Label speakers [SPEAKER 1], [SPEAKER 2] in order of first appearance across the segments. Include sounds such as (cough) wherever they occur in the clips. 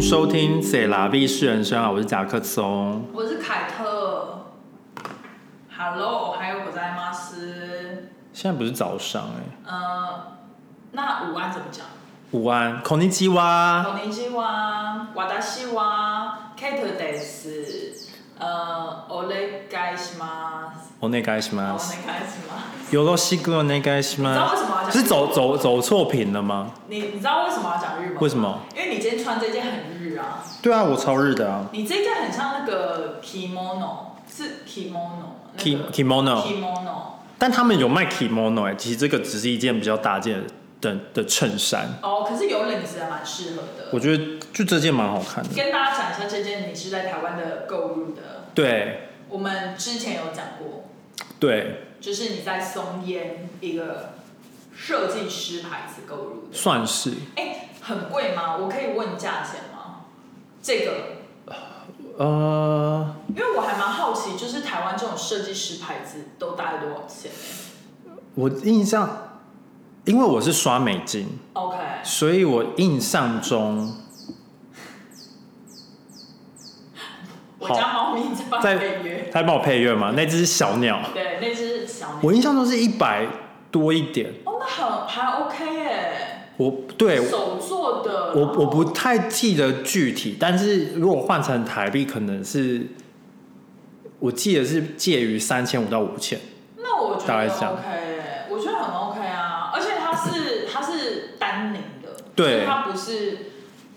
[SPEAKER 1] 收听《塞拉 V 是人生》啊，我是夹克松。
[SPEAKER 2] 我是凯特。Hello，还有我在吗？是
[SPEAKER 1] 现在不是早上哎、
[SPEAKER 2] 呃，那午安怎么讲？
[SPEAKER 1] 午安，孔尼基哇，
[SPEAKER 2] こんにちは、私は Kate です。呃，お願いします。
[SPEAKER 1] お願いし
[SPEAKER 2] お
[SPEAKER 1] ま
[SPEAKER 2] 願い
[SPEAKER 1] す。
[SPEAKER 2] します。
[SPEAKER 1] よろしくお願いし
[SPEAKER 2] 你知道
[SPEAKER 1] ま
[SPEAKER 2] 为什么要
[SPEAKER 1] 啊す。是
[SPEAKER 2] 讲？
[SPEAKER 1] 走走走错频了吗？
[SPEAKER 2] 你你知道为什么要讲日吗？
[SPEAKER 1] 为什么？
[SPEAKER 2] 因为你今天穿这件很日啊，
[SPEAKER 1] 对啊，我超日的啊。
[SPEAKER 2] 你这件很像那个 kimono，是 kimono 那
[SPEAKER 1] Ki
[SPEAKER 2] 个
[SPEAKER 1] kimono，
[SPEAKER 2] kimono。
[SPEAKER 1] 但他们有卖 kimono 哎、其实这个只是一件比较大件的的衬衫，
[SPEAKER 2] 哦，可是有领子还蛮适合的。
[SPEAKER 1] 我觉得就这件蛮好看的。
[SPEAKER 2] 跟大家讲一下这件你是在台湾的购入的，
[SPEAKER 1] 对
[SPEAKER 2] 我们之前有讲过，
[SPEAKER 1] 对，
[SPEAKER 2] 就是你在松烟一个设计师牌子购入的，
[SPEAKER 1] 算是
[SPEAKER 2] 哎，很贵吗？我可以问价钱吗？这个，
[SPEAKER 1] 呃，
[SPEAKER 2] 因为我还蛮好奇，就是台湾这种设计师牌子都大概多少钱
[SPEAKER 1] 我印象，因为我是刷美金，
[SPEAKER 2] ？OK，
[SPEAKER 1] 所以我印象中
[SPEAKER 2] 我家猫咪在帮
[SPEAKER 1] 在
[SPEAKER 2] 我约，
[SPEAKER 1] 他还帮我配乐嘛，那只是小鸟，
[SPEAKER 2] 对，那只小猫，
[SPEAKER 1] 我印象中是一百多一点。
[SPEAKER 2] 哦，那很还 OK 哎，
[SPEAKER 1] 我对
[SPEAKER 2] 手做的，
[SPEAKER 1] 我
[SPEAKER 2] 然后
[SPEAKER 1] 我不太记得具体，但是如果换成台币，可能是我记得是介于三千五到五千。
[SPEAKER 2] 那我觉得
[SPEAKER 1] 大概是这样
[SPEAKER 2] OK，欸我觉得很 OK 啊，而且它是它是单宁的，
[SPEAKER 1] 对
[SPEAKER 2] 就是它不是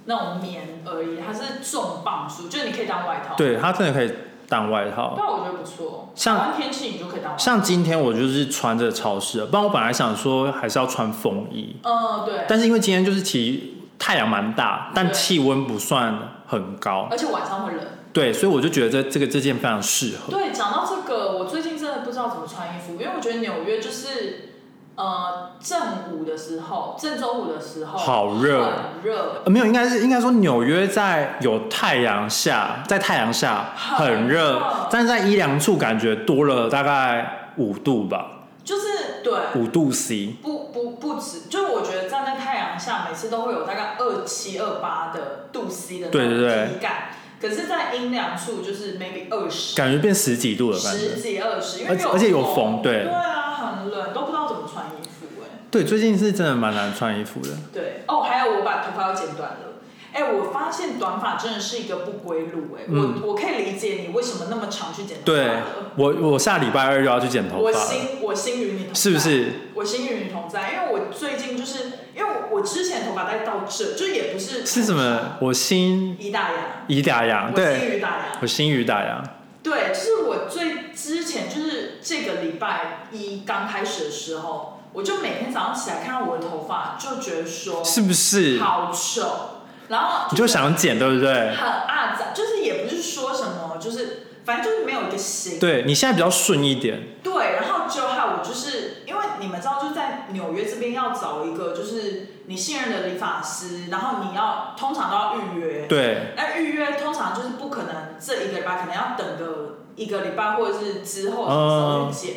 [SPEAKER 2] 那种棉而已，它是重磅数，就是你可以当外套。，
[SPEAKER 1] 对，它真的可以当外套。
[SPEAKER 2] 但我觉得不错，
[SPEAKER 1] 像
[SPEAKER 2] 台湾天气你就可以当外套。
[SPEAKER 1] 像今天我就是穿着超市的，不然我本来想说还是要穿风衣，
[SPEAKER 2] 嗯，对，
[SPEAKER 1] 但是因为今天就是其实太阳蛮大，但
[SPEAKER 2] 对
[SPEAKER 1] 气温不算很高，
[SPEAKER 2] 而且晚上会冷。
[SPEAKER 1] 对，所以我就觉得这这个这件非常适合。
[SPEAKER 2] 对，讲到这个，我最近真的不知道怎么穿衣服，因为我觉得纽约就是呃正午的时候，正中午的时候
[SPEAKER 1] 好热
[SPEAKER 2] 很热，
[SPEAKER 1] 呃，没有，应该是应该说纽约在有太阳下，在太阳下很
[SPEAKER 2] 很
[SPEAKER 1] 热
[SPEAKER 2] 热，
[SPEAKER 1] 但是在伊凉处感觉多了大概五度吧，
[SPEAKER 2] 就是对。
[SPEAKER 1] 五度 C。
[SPEAKER 2] 不不不止，就是我觉得站在太阳下，每次都会有大概二七二八的度 C 的那
[SPEAKER 1] 对
[SPEAKER 2] 种
[SPEAKER 1] 对对
[SPEAKER 2] 体感，可是，在阴凉处就是 maybe 二十、
[SPEAKER 1] 感觉变十几度了，感觉。
[SPEAKER 2] 十几、二十，因
[SPEAKER 1] 而
[SPEAKER 2] 为
[SPEAKER 1] 且而且有
[SPEAKER 2] 风
[SPEAKER 1] 风，对
[SPEAKER 2] 对啊，很冷，都不知道怎么穿衣服哎、
[SPEAKER 1] 对，最近是真的蛮难穿衣服的。
[SPEAKER 2] 对，哦，还有我把头发又剪短了。哎、我发现短发真的是一个不归路哎、
[SPEAKER 1] 嗯
[SPEAKER 2] 我我可以理解你为什么那么常去剪头发
[SPEAKER 1] 对
[SPEAKER 2] 了。
[SPEAKER 1] 我，我下礼拜二又要去剪头
[SPEAKER 2] 我
[SPEAKER 1] 发了，
[SPEAKER 2] 心我心与你同在，
[SPEAKER 1] 是不是？
[SPEAKER 2] 我心与你同在，因为我最近就是因为我我之前头发戴到这，就也不是
[SPEAKER 1] 是什么？我心
[SPEAKER 2] 一大牙，
[SPEAKER 1] 已打烊，
[SPEAKER 2] 我心
[SPEAKER 1] 对，
[SPEAKER 2] 与大牙，
[SPEAKER 1] 我心已打烊。
[SPEAKER 2] 对，就是我最之前就是这个礼拜一刚开始的时候，我就每天早上起来看到我的头发，就觉得说
[SPEAKER 1] 是不是？
[SPEAKER 2] 好丑，然后
[SPEAKER 1] 你就想剪，对不对？
[SPEAKER 2] 很阿杂，就是也不是说什么，就是反正就是没有一个型。
[SPEAKER 1] 对你现在比较顺一点，
[SPEAKER 2] 对，然后就害我就是因为你们知道，就在纽约这边要找一个就是你信任的理发师，然后你要通常都要预约。
[SPEAKER 1] 对，
[SPEAKER 2] 那预约通常就是不可能这一个礼拜，可能要等个一个礼拜，或者是之后什
[SPEAKER 1] 嗯
[SPEAKER 2] 么时候去剪。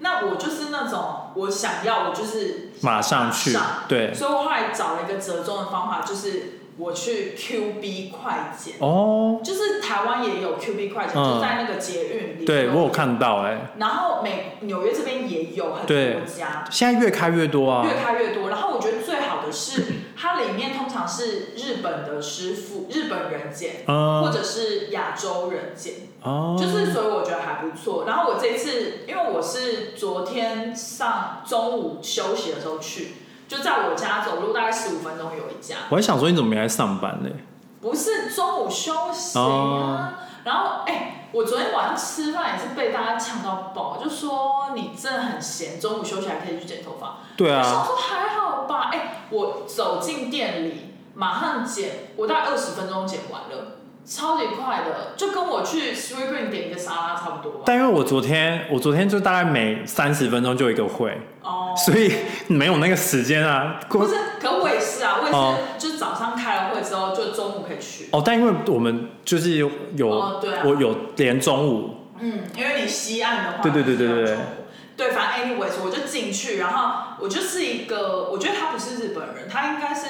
[SPEAKER 2] 那我就是那种我想要，我就是
[SPEAKER 1] 马上去
[SPEAKER 2] 上，
[SPEAKER 1] 对。
[SPEAKER 2] 所以我后来找了一个折中的方法，就是我去 Q B 快剪，
[SPEAKER 1] 哦，
[SPEAKER 2] 就是台湾也有 Q B 快剪，
[SPEAKER 1] 嗯
[SPEAKER 2] 就在那个捷运里。
[SPEAKER 1] 对我有。看到哎、欸，
[SPEAKER 2] 然后美纽约这边也有很
[SPEAKER 1] 对
[SPEAKER 2] 多家，
[SPEAKER 1] 现在越开越多啊
[SPEAKER 2] 越。开越多。然后我觉得最好的是，它里面通常是日本的师傅、日本人剪，或
[SPEAKER 1] 嗯，
[SPEAKER 2] 者是亚洲人剪，
[SPEAKER 1] 哦，
[SPEAKER 2] 就是所以我觉得还不错。然后我这次，因为我是昨天上中午休息的时候去，就在我家走路大概十五分钟有一家，
[SPEAKER 1] 我还想说你怎么没来上班嘞？
[SPEAKER 2] 不是中午休息
[SPEAKER 1] 哦
[SPEAKER 2] 啊。然后哎、我昨天晚上吃饭也是被大家呛到爆，就说你真的很闲，中午休息还可以去剪头发。
[SPEAKER 1] 对
[SPEAKER 2] 我想
[SPEAKER 1] 啊，
[SPEAKER 2] 说还好吧，哎、我走进店里马上剪，我大概二十分钟剪完了，超级快的，就跟我去 Sweet Green 点一个沙拉差不多吧。
[SPEAKER 1] 但因为我昨天我昨天就大概每三十分钟就有一个会，
[SPEAKER 2] 哦，
[SPEAKER 1] 所以没有那个时间啊。
[SPEAKER 2] 不
[SPEAKER 1] 过
[SPEAKER 2] 是，可我也是啊，我也是，
[SPEAKER 1] 哦
[SPEAKER 2] 就是早上开了会之后，就中午可以去。
[SPEAKER 1] 哦，但因为我们就是有有、
[SPEAKER 2] 哦对啊
[SPEAKER 1] 我有连中午，
[SPEAKER 2] 嗯，因为你西岸的话，
[SPEAKER 1] 对对对对
[SPEAKER 2] 就是要
[SPEAKER 1] 对
[SPEAKER 2] 中午对，反正 anyways，我就进去，然后我就是一个，我觉得他不是日本人，他应该是，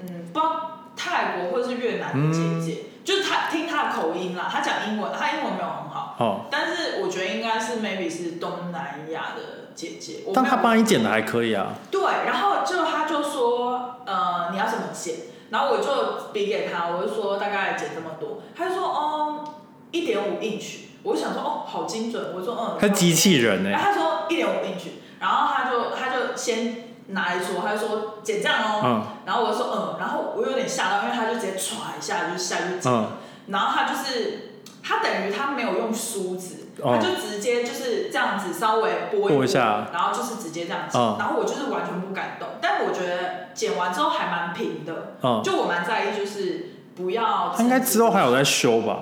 [SPEAKER 2] 嗯，不知道他泰国或者是越南的姐
[SPEAKER 1] 嗯
[SPEAKER 2] 姐，就是他听他的口音啦，他讲英文，他英文没有很好，
[SPEAKER 1] 哦，
[SPEAKER 2] 但是我觉得应该是 maybe 是东南亚的姐姐，我没
[SPEAKER 1] 但
[SPEAKER 2] 有
[SPEAKER 1] 他帮你剪的还可以啊。
[SPEAKER 2] 对，然后就他就说，呃，你要怎么剪？然后我就比给他，我就说大概剪这么多，他就说，哦，一点五 inch。我就想说，哦，好精准。我说，嗯，
[SPEAKER 1] 他机器人呢、欸
[SPEAKER 2] 然后他说一点五 inch，然后他就他就先拿来说，他就说剪这样哦，
[SPEAKER 1] 嗯
[SPEAKER 2] 然后我就说嗯，然后我有点吓到，因为他就直接歘一下就下去剪，
[SPEAKER 1] 嗯，
[SPEAKER 2] 然后他就是他等于他没有用梳子，
[SPEAKER 1] 哦
[SPEAKER 2] 他就直接就是这样子稍微拨
[SPEAKER 1] 拨
[SPEAKER 2] 拨
[SPEAKER 1] 一下
[SPEAKER 2] 然后就是直接这样剪，
[SPEAKER 1] 嗯
[SPEAKER 2] 然后我就是完全不感动，但我觉得剪完之后还蛮平的，
[SPEAKER 1] 嗯
[SPEAKER 2] 就我蛮在意就是不要，
[SPEAKER 1] 他应该之后还有在修吧？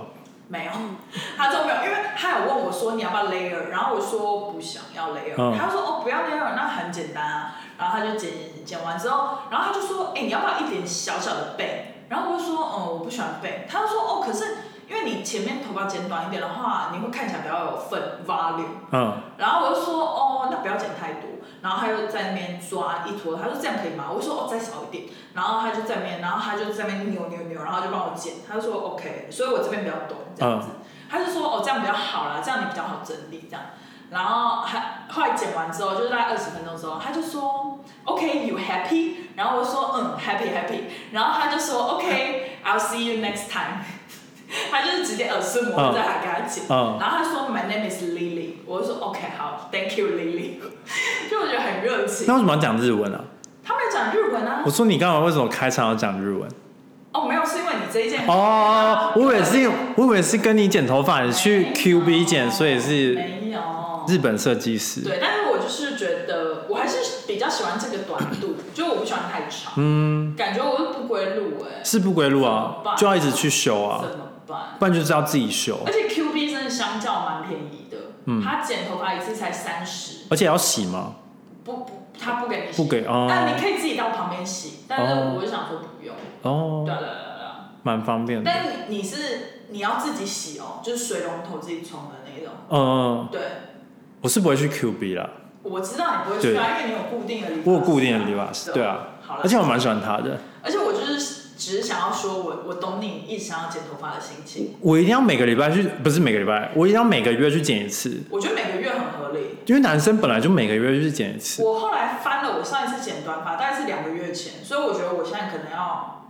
[SPEAKER 2] 没有，他都没有，因为他有问我说你要不要 layer，然后我说不想要 layer，、
[SPEAKER 1] 嗯
[SPEAKER 2] 他说哦不要 layer，那很简单啊，然后他就剪剪剪完之后，然后他就说哎、你要不要一点小小的背，然后我就说嗯我不喜欢背，他就说哦可是因为你前面头发剪短一点的话，你会看起来比较有分 volume，
[SPEAKER 1] 嗯，
[SPEAKER 2] 然后我就说哦那不要剪太多，然后他又在那边抓一坨，他说这样可以吗？我就说哦再少一点，然后他就在那边，然后他就在那边扭扭扭，然后就帮我剪，他就说 OK，所以我这边比较短这样子，他就说哦这样比较好啦，这样你比较好整理这样，然后还后来剪完之后，就是大概二十分钟之后，他就说 OK you happy，然后我说嗯 happy happy，然后他就说 OK I'll see you next time，他就是直接耳顺膜
[SPEAKER 1] 嗯
[SPEAKER 2] 在还给他剪，
[SPEAKER 1] 嗯
[SPEAKER 2] 然后他说 My name is Lily，我就说 OK 好 Thank you Lily，就我 (laughs) 觉得很热情，
[SPEAKER 1] 那为什么要讲日文啊？
[SPEAKER 2] 他们讲日文啊
[SPEAKER 1] 我。说你干嘛？为什么开场要讲日文？
[SPEAKER 2] 哦，没有，是因为你这一件
[SPEAKER 1] 哦，我以为是，我以为是跟你剪头发，你去 Q B 剪，所以是
[SPEAKER 2] 哦没有。
[SPEAKER 1] 日本设计师。
[SPEAKER 2] 对，但是我就是觉得，我还是比较喜欢这个短
[SPEAKER 1] (laughs)
[SPEAKER 2] 度，就我不喜欢太长，
[SPEAKER 1] 嗯，
[SPEAKER 2] 感觉我又不归路哎、
[SPEAKER 1] 是不归路啊
[SPEAKER 2] 怎么，办
[SPEAKER 1] 就要一直去修啊，
[SPEAKER 2] 怎么办？
[SPEAKER 1] 不然就是要自己修
[SPEAKER 2] 而，且 Q B 真的相较蛮便宜的，
[SPEAKER 1] 嗯
[SPEAKER 2] 他剪头发一次才三十，
[SPEAKER 1] 而且要洗嘛，
[SPEAKER 2] 不不，他不给你洗，
[SPEAKER 1] 不给哦
[SPEAKER 2] 但啊你可以自己到旁边洗，但
[SPEAKER 1] 哦
[SPEAKER 2] 是我就想说不用，对啊
[SPEAKER 1] 哦，
[SPEAKER 2] 对对对对。
[SPEAKER 1] 蛮方便的。
[SPEAKER 2] 但是你是你要自己洗哦，就是水龙头自己冲的那种，
[SPEAKER 1] 嗯嗯，
[SPEAKER 2] 对。
[SPEAKER 1] 我是不会去 Q B 啦，
[SPEAKER 2] 我知道你不会去啊，因为你有固定的理发师啊。
[SPEAKER 1] 我有固定的理发师，对啊，
[SPEAKER 2] 好了，
[SPEAKER 1] 而且我蛮喜欢他的，
[SPEAKER 2] 而且我就是只是想要说我我懂你一直想要剪头发的心情，
[SPEAKER 1] 我一定要每个礼拜去，不是每个礼拜，我一定要每个月去剪一次，
[SPEAKER 2] 我觉得每个月很合理。
[SPEAKER 1] 因为男生本来就每个月去剪一次。
[SPEAKER 2] 我后来翻了我上一次剪短发，大概是两个月前，所以我觉得我现在可能要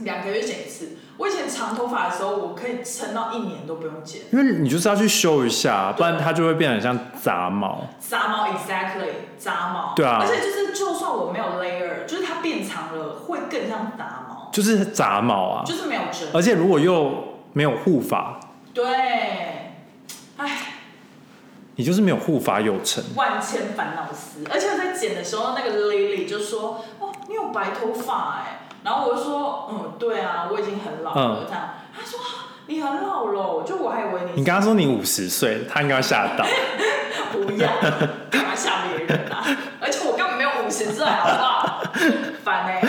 [SPEAKER 2] 两个月剪一次。我以前长头发的时候，我可以撑到一年都不用剪，
[SPEAKER 1] 因为你就是要去修一下，不然它就会变得很像杂毛。
[SPEAKER 2] 扎毛 exactly 扎毛，
[SPEAKER 1] 对啊
[SPEAKER 2] 而且就是就算我没有 layer，就是它变长了，会更像杂毛，
[SPEAKER 1] 就是杂毛啊，
[SPEAKER 2] 就是没有针。
[SPEAKER 1] 而且如果又没有护发，
[SPEAKER 2] 对，唉。
[SPEAKER 1] 你就是没有护发有成。
[SPEAKER 2] 万千烦恼丝。而且我在剪的时候，那个 Lily 就说：“哦，你有白头发哎。”然后我就说：“嗯，对啊，我已经很老了。”这样，他说啊：“你很老了，就我还以为你
[SPEAKER 1] 你刚刚说你五十岁，他应该要吓
[SPEAKER 2] (laughs)
[SPEAKER 1] 到。
[SPEAKER 2] 不要，干嘛吓别人啊？而且我根本没有五十岁，好不好？烦哎、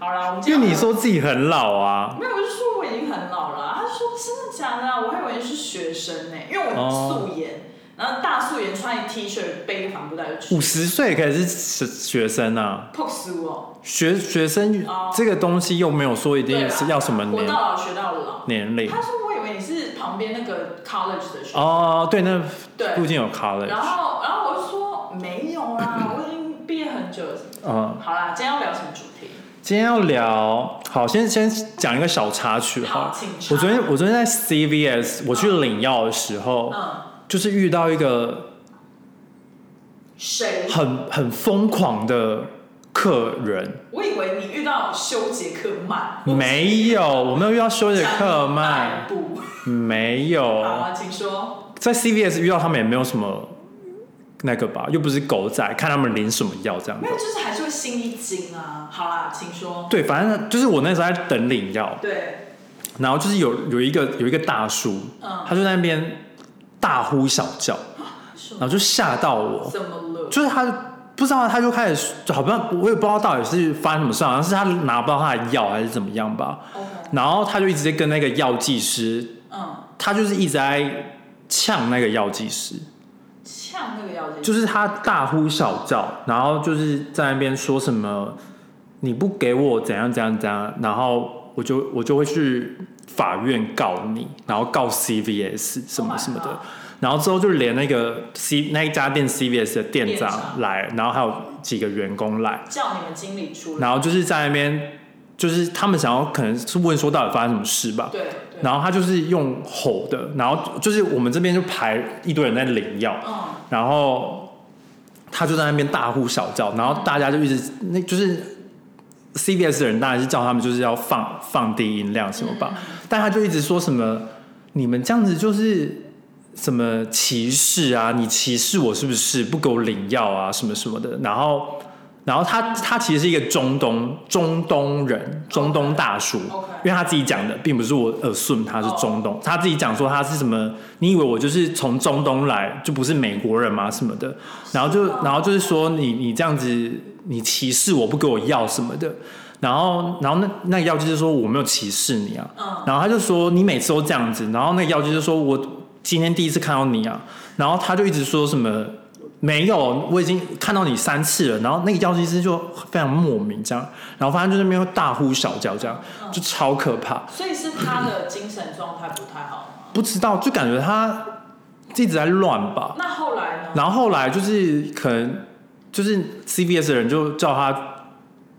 [SPEAKER 2] 好了，我们今
[SPEAKER 1] 因
[SPEAKER 2] 天
[SPEAKER 1] 为你说自己很老啊，
[SPEAKER 2] 没有，我就说我已经很老了、啊。他就说真的假的、啊？我还以为是学生呢、因为我
[SPEAKER 1] 哦
[SPEAKER 2] 素颜，然后大素颜穿一 T 恤，背一个帆布袋就去
[SPEAKER 1] 五。十岁可以是学学生啊，
[SPEAKER 2] p o s 哦，
[SPEAKER 1] 学学生
[SPEAKER 2] 哦
[SPEAKER 1] 这个东西又没有说一
[SPEAKER 2] 对
[SPEAKER 1] 定
[SPEAKER 2] 啦
[SPEAKER 1] 是要什么
[SPEAKER 2] 活
[SPEAKER 1] 年
[SPEAKER 2] 到老学到老。
[SPEAKER 1] 年龄
[SPEAKER 2] 他。说我以为你是旁边那个 college 的学生，
[SPEAKER 1] 哦，对，那
[SPEAKER 2] 对
[SPEAKER 1] 附近有 college，
[SPEAKER 2] 然后然后我就说没有
[SPEAKER 1] (laughs)
[SPEAKER 2] 啊，我已经毕业很久了。
[SPEAKER 1] 嗯，
[SPEAKER 2] 好啦，今天要聊什么主题？
[SPEAKER 1] 今天要聊，好，先先讲一个小插曲哈
[SPEAKER 2] 好请。插
[SPEAKER 1] 我昨天我昨天在 CVS 我去领药的时候，
[SPEAKER 2] 嗯，
[SPEAKER 1] 就是遇到一个
[SPEAKER 2] 谁？
[SPEAKER 1] 很很疯狂的客人，
[SPEAKER 2] 我以为你遇到修杰克曼，
[SPEAKER 1] 没有，我没有遇到修杰克
[SPEAKER 2] 迈
[SPEAKER 1] 曼，哦
[SPEAKER 2] 布。
[SPEAKER 1] 没
[SPEAKER 2] 好
[SPEAKER 1] 有，
[SPEAKER 2] 啊，请说。
[SPEAKER 1] 在 CVS 遇到他们也没有什么那个吧，又不是狗仔，看他们领什么药这样
[SPEAKER 2] 没
[SPEAKER 1] 子
[SPEAKER 2] 有，。就是还是会心一惊啊。好啦，请说。
[SPEAKER 1] 对，反正就是我那时候在等领药，
[SPEAKER 2] 对，
[SPEAKER 1] 然后就是有有一个有一个大叔，
[SPEAKER 2] 嗯
[SPEAKER 1] 他就在那边大呼小叫，
[SPEAKER 2] 说
[SPEAKER 1] 然后就吓到我，
[SPEAKER 2] 怎么了？
[SPEAKER 1] 就是他。不知道，他就开始好像我也不知道到底是发生什么事，好像是他拿不到他的药还是怎么样吧。
[SPEAKER 2] OK，
[SPEAKER 1] 然后他就一直在跟那个药剂师，
[SPEAKER 2] 嗯，
[SPEAKER 1] 他就是一直在呛那个药剂师，
[SPEAKER 2] 呛那个药剂
[SPEAKER 1] 就是他大呼小叫，然后就是在那边说什么你不给我怎样怎样怎样，然后我就 (laughs) 我就会去法院告你，然后告 CVS 什
[SPEAKER 2] Oh
[SPEAKER 1] 么
[SPEAKER 2] my
[SPEAKER 1] 什么的
[SPEAKER 2] God
[SPEAKER 1] 然后之后就连那个 C 那一家店 CVS 的店
[SPEAKER 2] 店
[SPEAKER 1] 长
[SPEAKER 2] 长
[SPEAKER 1] 来，然后还有几个员工来，
[SPEAKER 2] 叫你们经理出来，
[SPEAKER 1] 然后就是在那边，就是他们想要可能是问说到底发生什么事吧，
[SPEAKER 2] 对对，
[SPEAKER 1] 然后他就是用吼的，然后就是我们这边就排一堆人在领药，
[SPEAKER 2] 嗯，
[SPEAKER 1] 然后他就在那边大呼小叫，然后大家就一直那就是 CBS 的人当然是叫他们就是要放放低音量什么吧，但他就一直说什么你们这样子就是什么歧视啊，你歧视我是不是？不给我领药啊什么什么的，然后。然后他他其实是一个中东中东人，中东大叔
[SPEAKER 2] OK
[SPEAKER 1] 因为他自己讲的，并不是我耳顺他是中东他自己讲说他是什么，你以为我就是从中东来，就不是美国人吗？什么的，然后就然后就是说你你这样子，你歧视我不给我药什么的，然后然后那那个药剂就说我没有歧视你啊，
[SPEAKER 2] 嗯
[SPEAKER 1] 然后他就说你每次都这样子，然后那个药剂就说我今天第一次看到你啊，然后他就一直说什么。没有，我已经看到你三次了。然后那个药剂师就非常莫名这样，然后反正就在那边大呼小叫这样，
[SPEAKER 2] 嗯
[SPEAKER 1] 就超可怕。
[SPEAKER 2] 所以是他的精神状态不太好
[SPEAKER 1] (coughs)
[SPEAKER 2] 吗？
[SPEAKER 1] 不知道，就感觉他一直在乱吧。
[SPEAKER 2] 那后来呢？
[SPEAKER 1] 然后后来就是可能就是 CVS 的人就叫他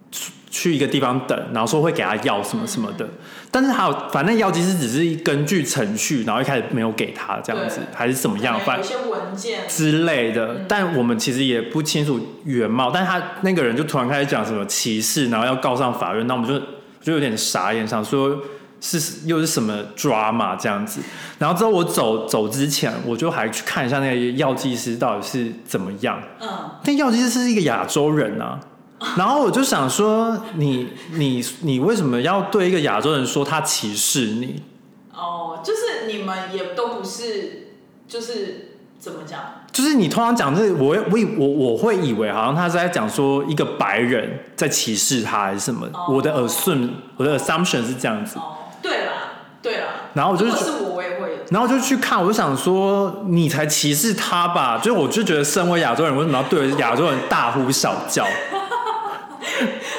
[SPEAKER 1] 去去一个地方等，然后说会给他药什么什么的。但是还有，反正药剂师只是根据程序，然后一开始没有给他这样子
[SPEAKER 2] 对，
[SPEAKER 1] 还是怎么样，
[SPEAKER 2] 可
[SPEAKER 1] 反
[SPEAKER 2] 能有一些文件，
[SPEAKER 1] 之类的，但我们其实也不清楚原貌。但他那个人就突然开始讲什么歧视，然后要告上法院，那我们就就有点傻眼，想说是又是什么 drama 这样子。然后之后我走走之前，我就还去看一下那个药剂师到底是怎么样。
[SPEAKER 2] 嗯，
[SPEAKER 1] 但药剂师是一个亚洲人啊，然后我就想说，你你你为什么要对一个亚洲人说他歧视你？
[SPEAKER 2] 哦，就是你们也都不是，就是怎么讲？
[SPEAKER 1] 就是你通常讲这个，我会我以我我会以为好像他是在讲说一个白人在歧视他还是什么
[SPEAKER 2] 哦
[SPEAKER 1] 我的 assume 我的 assumption 是这样子，
[SPEAKER 2] 哦，对啦，对啦。
[SPEAKER 1] 然后我就
[SPEAKER 2] 如
[SPEAKER 1] 是
[SPEAKER 2] 果是我，我也会。
[SPEAKER 1] 然后我就去看，我就想说你才歧视他吧，就我就觉得身为亚洲人为什么要对着亚洲人大呼小叫？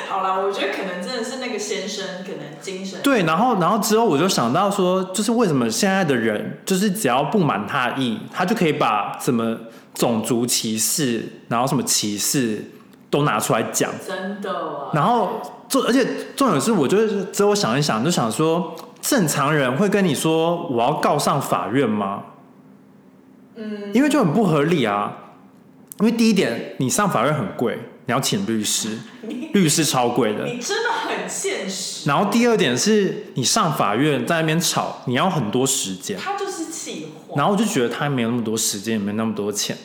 [SPEAKER 2] 好啦，我觉得可能真的是那个先生，可能精神
[SPEAKER 1] 对，然后然后之后我就想到说，就是为什么现在的人就是只要不满他意，他就可以把什么种族歧视，然后什么歧视都拿出来讲。
[SPEAKER 2] 真的啊。
[SPEAKER 1] 然后重，而且重点是，我就是之后想一想，就想说，正常人会跟你说我要告上法院吗？
[SPEAKER 2] 嗯，
[SPEAKER 1] 因为就很不合理啊。因为第一点，你上法院很贵，你要请律师，
[SPEAKER 2] 你
[SPEAKER 1] 律师超贵的。
[SPEAKER 2] 你真的很现实。
[SPEAKER 1] 然后第二点是你上法院在那边吵，你要很多时间。
[SPEAKER 2] 他就是气话。
[SPEAKER 1] 然后我就觉得他没有那么多时间，也没那么多钱。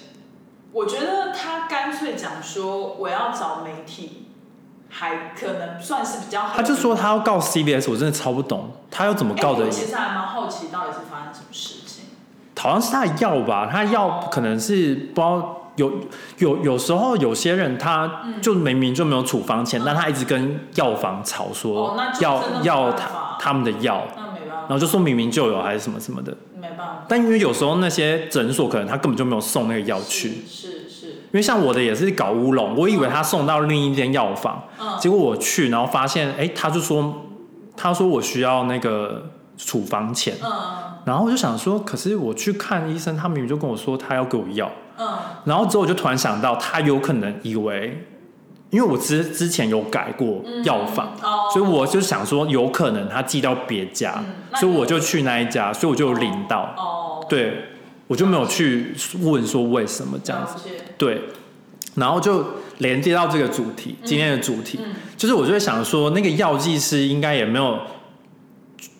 [SPEAKER 2] 我觉得他干脆讲说我要找媒体，还可能算是比较合理。
[SPEAKER 1] 他就说他要告 CBS，我真的超不懂他要怎么
[SPEAKER 2] 哎
[SPEAKER 1] 告的
[SPEAKER 2] 我。其实还蛮好奇到底是发生什么事情。
[SPEAKER 1] 好像是他的药吧，他的药可能是不知道有有有时候有些人他就明明就没有处方签，
[SPEAKER 2] 嗯
[SPEAKER 1] 但他一直跟药房吵
[SPEAKER 2] 哦
[SPEAKER 1] 说
[SPEAKER 2] 那就
[SPEAKER 1] 要、
[SPEAKER 2] 真的没
[SPEAKER 1] 要
[SPEAKER 2] 办
[SPEAKER 1] 他
[SPEAKER 2] 法
[SPEAKER 1] 他们的药，
[SPEAKER 2] 那没办
[SPEAKER 1] 然
[SPEAKER 2] 法，
[SPEAKER 1] 后就说明明就有还是什么什么的，
[SPEAKER 2] 没办法。
[SPEAKER 1] 但因为有时候那些诊所可能他根本就没有送那个药去，
[SPEAKER 2] 嗯
[SPEAKER 1] 因
[SPEAKER 2] 是是是，
[SPEAKER 1] 为像我的也是搞乌龙，我以为他送到另一间药房，
[SPEAKER 2] 嗯，
[SPEAKER 1] 结果我去然后发现，哎、他就说他说我需要那个处方签。
[SPEAKER 2] 嗯
[SPEAKER 1] 然后我就想说，可是我去看医生，他明明就跟我说他要给我药，
[SPEAKER 2] 嗯
[SPEAKER 1] 然后之后我就突然想到，他有可能以为，因为我之之前有改过
[SPEAKER 2] 嗯，
[SPEAKER 1] 药房，
[SPEAKER 2] 哦，
[SPEAKER 1] 所以我就想说，有可能他寄到别家，
[SPEAKER 2] 嗯那
[SPEAKER 1] 所以
[SPEAKER 2] 你
[SPEAKER 1] 我就去那一家，所以我就有领到，
[SPEAKER 2] 哦，
[SPEAKER 1] 对我就没有去问说为什么这样子，
[SPEAKER 2] 了解，
[SPEAKER 1] 对，然后就连接到这个主题，今天的主题，
[SPEAKER 2] 嗯
[SPEAKER 1] 就是我就会想说，那个药剂师应该也没有，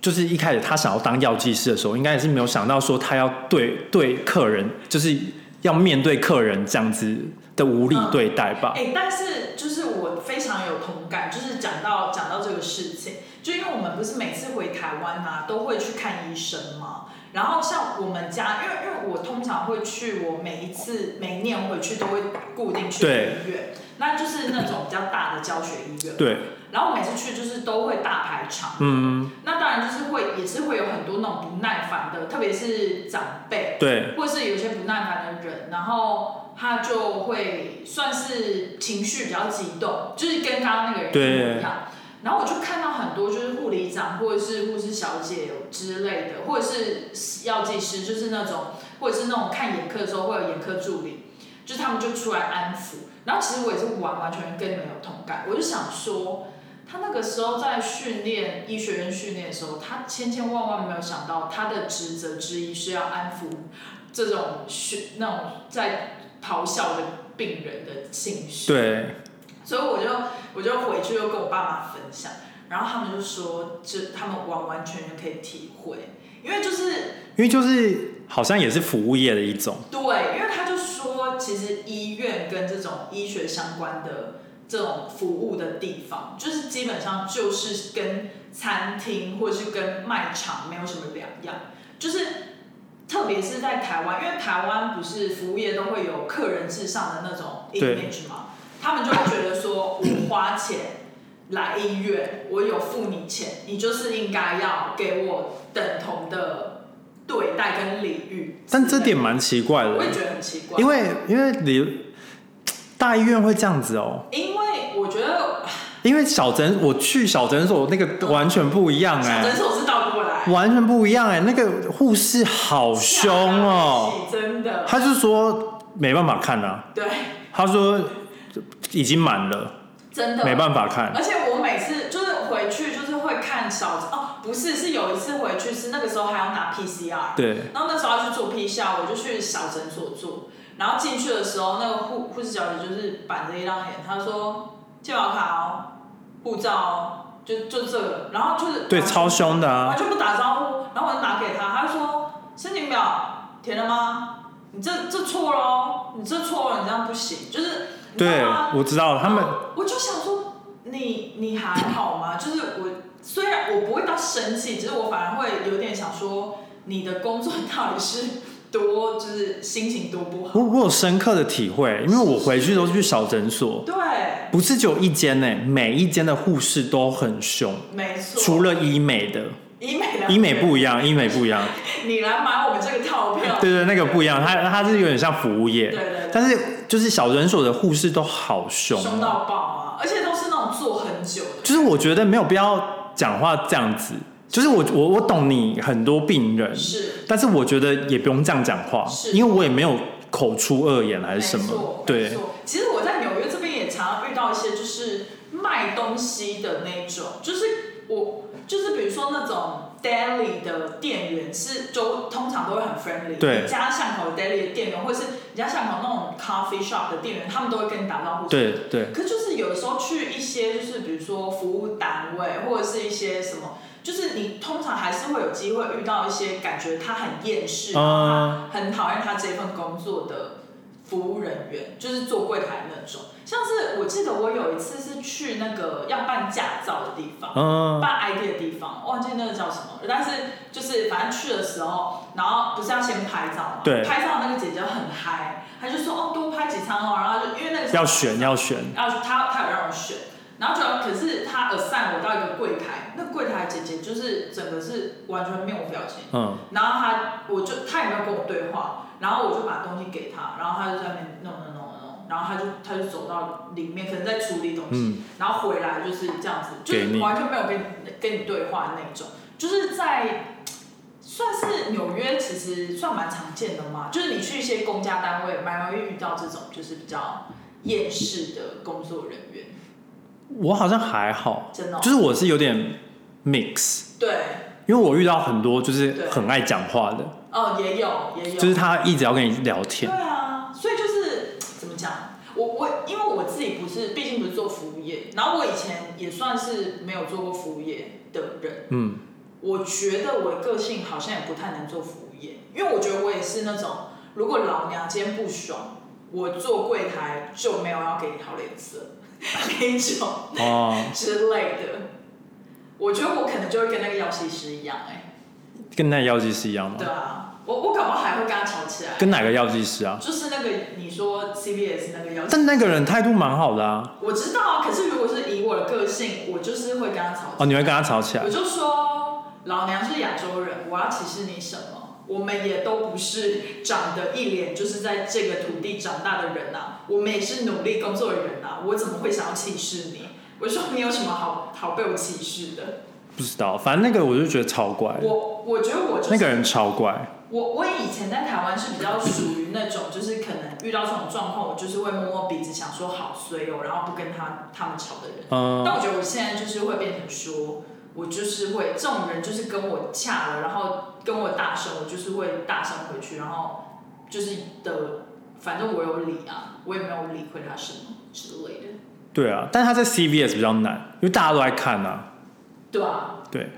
[SPEAKER 1] 就是一开始他想要当药剂师的时候，应该也是没有想到说他要对对客人，就是要面对客人这样子的无理对待吧。
[SPEAKER 2] 哎、但是就是我非常有同感，就是讲到讲到这个事情，就因为我们不是每次回台湾啊，都会去看医生嘛。然后像我们家，因为因为我通常会去，我每一次每一年回去都会固定去
[SPEAKER 1] 对
[SPEAKER 2] 医院，那就是那种比较大的教学医院。
[SPEAKER 1] 对，
[SPEAKER 2] 然后我每次去就是都会大排场，
[SPEAKER 1] 嗯，
[SPEAKER 2] 那当然就是会也是会有很多那种不耐烦的，特别是长辈，
[SPEAKER 1] 对，
[SPEAKER 2] 或是有些不耐烦的人，然后他就会算是情绪比较激动，就是跟刚刚那个人一模一样。然后我就看到很很多就是护理长或者是护士小姐之类的，或者是药剂师，就是那种或者是那种看眼科的时候会有眼科助理，就是他们就出来安抚。然后其实我也是完完全全跟你们有同感，我就想说，他那个时候在训练医学院训练的时候，他千千万万没有想到他的职责之一是要安抚这种训那种在咆哮的病人的情绪。
[SPEAKER 1] 对，
[SPEAKER 2] 所以我就我就回去又跟我爸妈分享，然后他们就说，就他们完完全全可以体会，因为就是
[SPEAKER 1] 因为就是好像也是服务业的一种，
[SPEAKER 2] 对，因为他就说，其实医院跟这种医学相关的这种服务的地方，就是基本上就是跟餐厅或者是跟卖场没有什么两样，就是。特别是在台湾，因为台湾不是服务业都会有客人至上的那种
[SPEAKER 1] 对
[SPEAKER 2] image 嘛，他们就会觉得说，我花钱来医院，我有付你钱，你就是应该要给我等同的对待跟礼遇。
[SPEAKER 1] 但这点蛮奇怪
[SPEAKER 2] 我也
[SPEAKER 1] 的，
[SPEAKER 2] 觉得很奇怪，
[SPEAKER 1] 因为因为你大医院会这样子哦，
[SPEAKER 2] 因为我觉得
[SPEAKER 1] 因为小诊我去小诊所那个完全不一样
[SPEAKER 2] 小
[SPEAKER 1] 哎、
[SPEAKER 2] 诊所是倒过来，
[SPEAKER 1] 完全不一样哎、那个护士好凶哦，
[SPEAKER 2] 吓到一起，真的，
[SPEAKER 1] 他就说没办法看啊，
[SPEAKER 2] 对，
[SPEAKER 1] 他说已经满了，
[SPEAKER 2] 真的
[SPEAKER 1] 没办法看，
[SPEAKER 2] 而且我每次就是回去就是会看小哦，不是，是有一次回去是那个时候还要拿 PCR，
[SPEAKER 1] 对，
[SPEAKER 2] 然后那时候要去做 PCR，我就去小诊所做，然后进去的时候那个护护士小姐就是板着一张脸，她说健保卡哦，护照哦，就就这个，然后就是
[SPEAKER 1] 对，超凶的
[SPEAKER 2] 完
[SPEAKER 1] 啊，
[SPEAKER 2] 全不打招呼，然后我就拿给他，他就说申请表填了吗？你这这错了哦，你这错了，你这样不行，就是你知
[SPEAKER 1] 对
[SPEAKER 2] 道吗，
[SPEAKER 1] 我知道他们
[SPEAKER 2] 然后我就想说，你你还好吗？就是我虽然我不会到生气，只是我反而会有点想说，你的工作到底是多，就是心情多不好？
[SPEAKER 1] 我我有深刻的体会，因为我回去都是去小诊所，
[SPEAKER 2] 对，
[SPEAKER 1] 不是只有一间呢、每一间的护士都很凶，
[SPEAKER 2] 没错。
[SPEAKER 1] 除了医美的，
[SPEAKER 2] 医美的，
[SPEAKER 1] 医美不一样，医美不一样，
[SPEAKER 2] 你来买我们这个套票，
[SPEAKER 1] 对对，那个不一样，它它是有点像服务
[SPEAKER 2] 对
[SPEAKER 1] 业，
[SPEAKER 2] 对对。
[SPEAKER 1] 但是就是小诊所的护士都好凶
[SPEAKER 2] 凶
[SPEAKER 1] 哦，
[SPEAKER 2] 到爆啊！而且都是那种坐很久的，
[SPEAKER 1] 就是我觉得没有必要讲话这样子，就是我我我懂你很多病人，
[SPEAKER 2] 是
[SPEAKER 1] 但是我觉得也不用这样讲话，
[SPEAKER 2] 是
[SPEAKER 1] 因为我也没有口出恶言还是什
[SPEAKER 2] 没错
[SPEAKER 1] 么，
[SPEAKER 2] 没
[SPEAKER 1] 对
[SPEAKER 2] 错其实我在纽约这边也常常遇到一些就是卖东西的那种，就是我就是比如说那种 daily 的店员是都通常都会很 friendly，
[SPEAKER 1] 对
[SPEAKER 2] 你家巷口 daily 的店员，或者是你家巷口那种 coffee shop 的店员，他们都会跟你打招呼。。
[SPEAKER 1] 对对，
[SPEAKER 2] 可就是有的时候去一些就是比如说服务单位或者是一些什么，就是你通常还是会有机会遇到一些感觉他很厌世，
[SPEAKER 1] 嗯。
[SPEAKER 2] 很讨厌他这份工作的服务人员，就是做柜台那种。像是我记得我有一次是去那个要办驾照的地方，
[SPEAKER 1] 嗯，
[SPEAKER 2] 办 ID 的地方，忘记那个叫什么了，但是就是反正去的时候，然后不是要先拍照嘛，
[SPEAKER 1] 对
[SPEAKER 2] 拍照那个姐姐很嗨，她就说哦多拍几张哦，然后就因为那个
[SPEAKER 1] 要选要选，
[SPEAKER 2] 然后啊他他有让我选，然后主要可是他 assign 我到一个柜台，那柜台姐姐就是整个是完全面无表情，
[SPEAKER 1] 嗯，
[SPEAKER 2] 然后他我就他也没有跟我对话，然后我就把东西给他，然后他就在那边弄弄弄弄弄，然后他就他就走到里面，可能在处理东西，
[SPEAKER 1] 嗯
[SPEAKER 2] 然后回来就是这样子，就
[SPEAKER 1] 给
[SPEAKER 2] 是
[SPEAKER 1] 你
[SPEAKER 2] 完全没有跟你跟你对话的那种，就是在。算是纽约，其实算蛮常见的嘛。就是你去一些公家单位，蛮容易遇到这种就是比较厌世的工作人员，
[SPEAKER 1] 我好像还好，
[SPEAKER 2] 真的哦、
[SPEAKER 1] 就是我是有点 mix，
[SPEAKER 2] 对，
[SPEAKER 1] 因为我遇到很多就是
[SPEAKER 2] 对
[SPEAKER 1] 很爱讲话的，
[SPEAKER 2] 哦，也有也有，
[SPEAKER 1] 就是他一直要跟你聊
[SPEAKER 2] 对
[SPEAKER 1] 天，
[SPEAKER 2] 啊，所以就是怎么讲？我我因为我自己不是，毕竟不是做服务业，然后我以前也算是没有做过服务业的人，
[SPEAKER 1] 嗯，
[SPEAKER 2] 我觉得我的个性好像也不太能做服务业，因为我觉得我也是那种，如果老娘今天不爽，我做柜台就没有要给你好脸色那种
[SPEAKER 1] 哦，
[SPEAKER 2] 之类的。我觉得我可能就会跟那个药剂师一样、哎，
[SPEAKER 1] 跟那药剂师一样吗
[SPEAKER 2] 对？啊，我我搞不好还会跟他吵起来，
[SPEAKER 1] 跟哪个药剂师啊？
[SPEAKER 2] 就是那个你说 CBS 那个药剂师
[SPEAKER 1] 但那个人态度蛮好的啊，
[SPEAKER 2] 我知道啊，可是如果是以我的个性，我就是会跟他吵架。
[SPEAKER 1] 哦，你会跟他吵起来
[SPEAKER 2] 我，就说老娘是亚洲人，我要歧视你什么？我们也都不是长得一脸就是在这个土地长大的人呐、啊，我们也是努力工作的人呐、啊，我怎么会想要歧视你？我就说你有什么好好被我歧视的？
[SPEAKER 1] 不知道，反正那个我就觉得超怪，
[SPEAKER 2] 我我觉得我就是
[SPEAKER 1] 哎那个人超怪，
[SPEAKER 2] 我我以前在台湾是比较属于那种，就是可能遇到这种状况，我就是会摸摸鼻子，想说好衰哦，然后不跟他他们吵的人。
[SPEAKER 1] 嗯、
[SPEAKER 2] 但我觉得我现在就是会变成说，我就是会这种人，就是跟我掐了，然后跟我大声，我就是会大声回去，然后就是的，反正我有理啊，我也没有理会他什么之类的，
[SPEAKER 1] 对啊，但他在 CVS 比较难，因为大家都在看啊，
[SPEAKER 2] 对吧、
[SPEAKER 1] 对，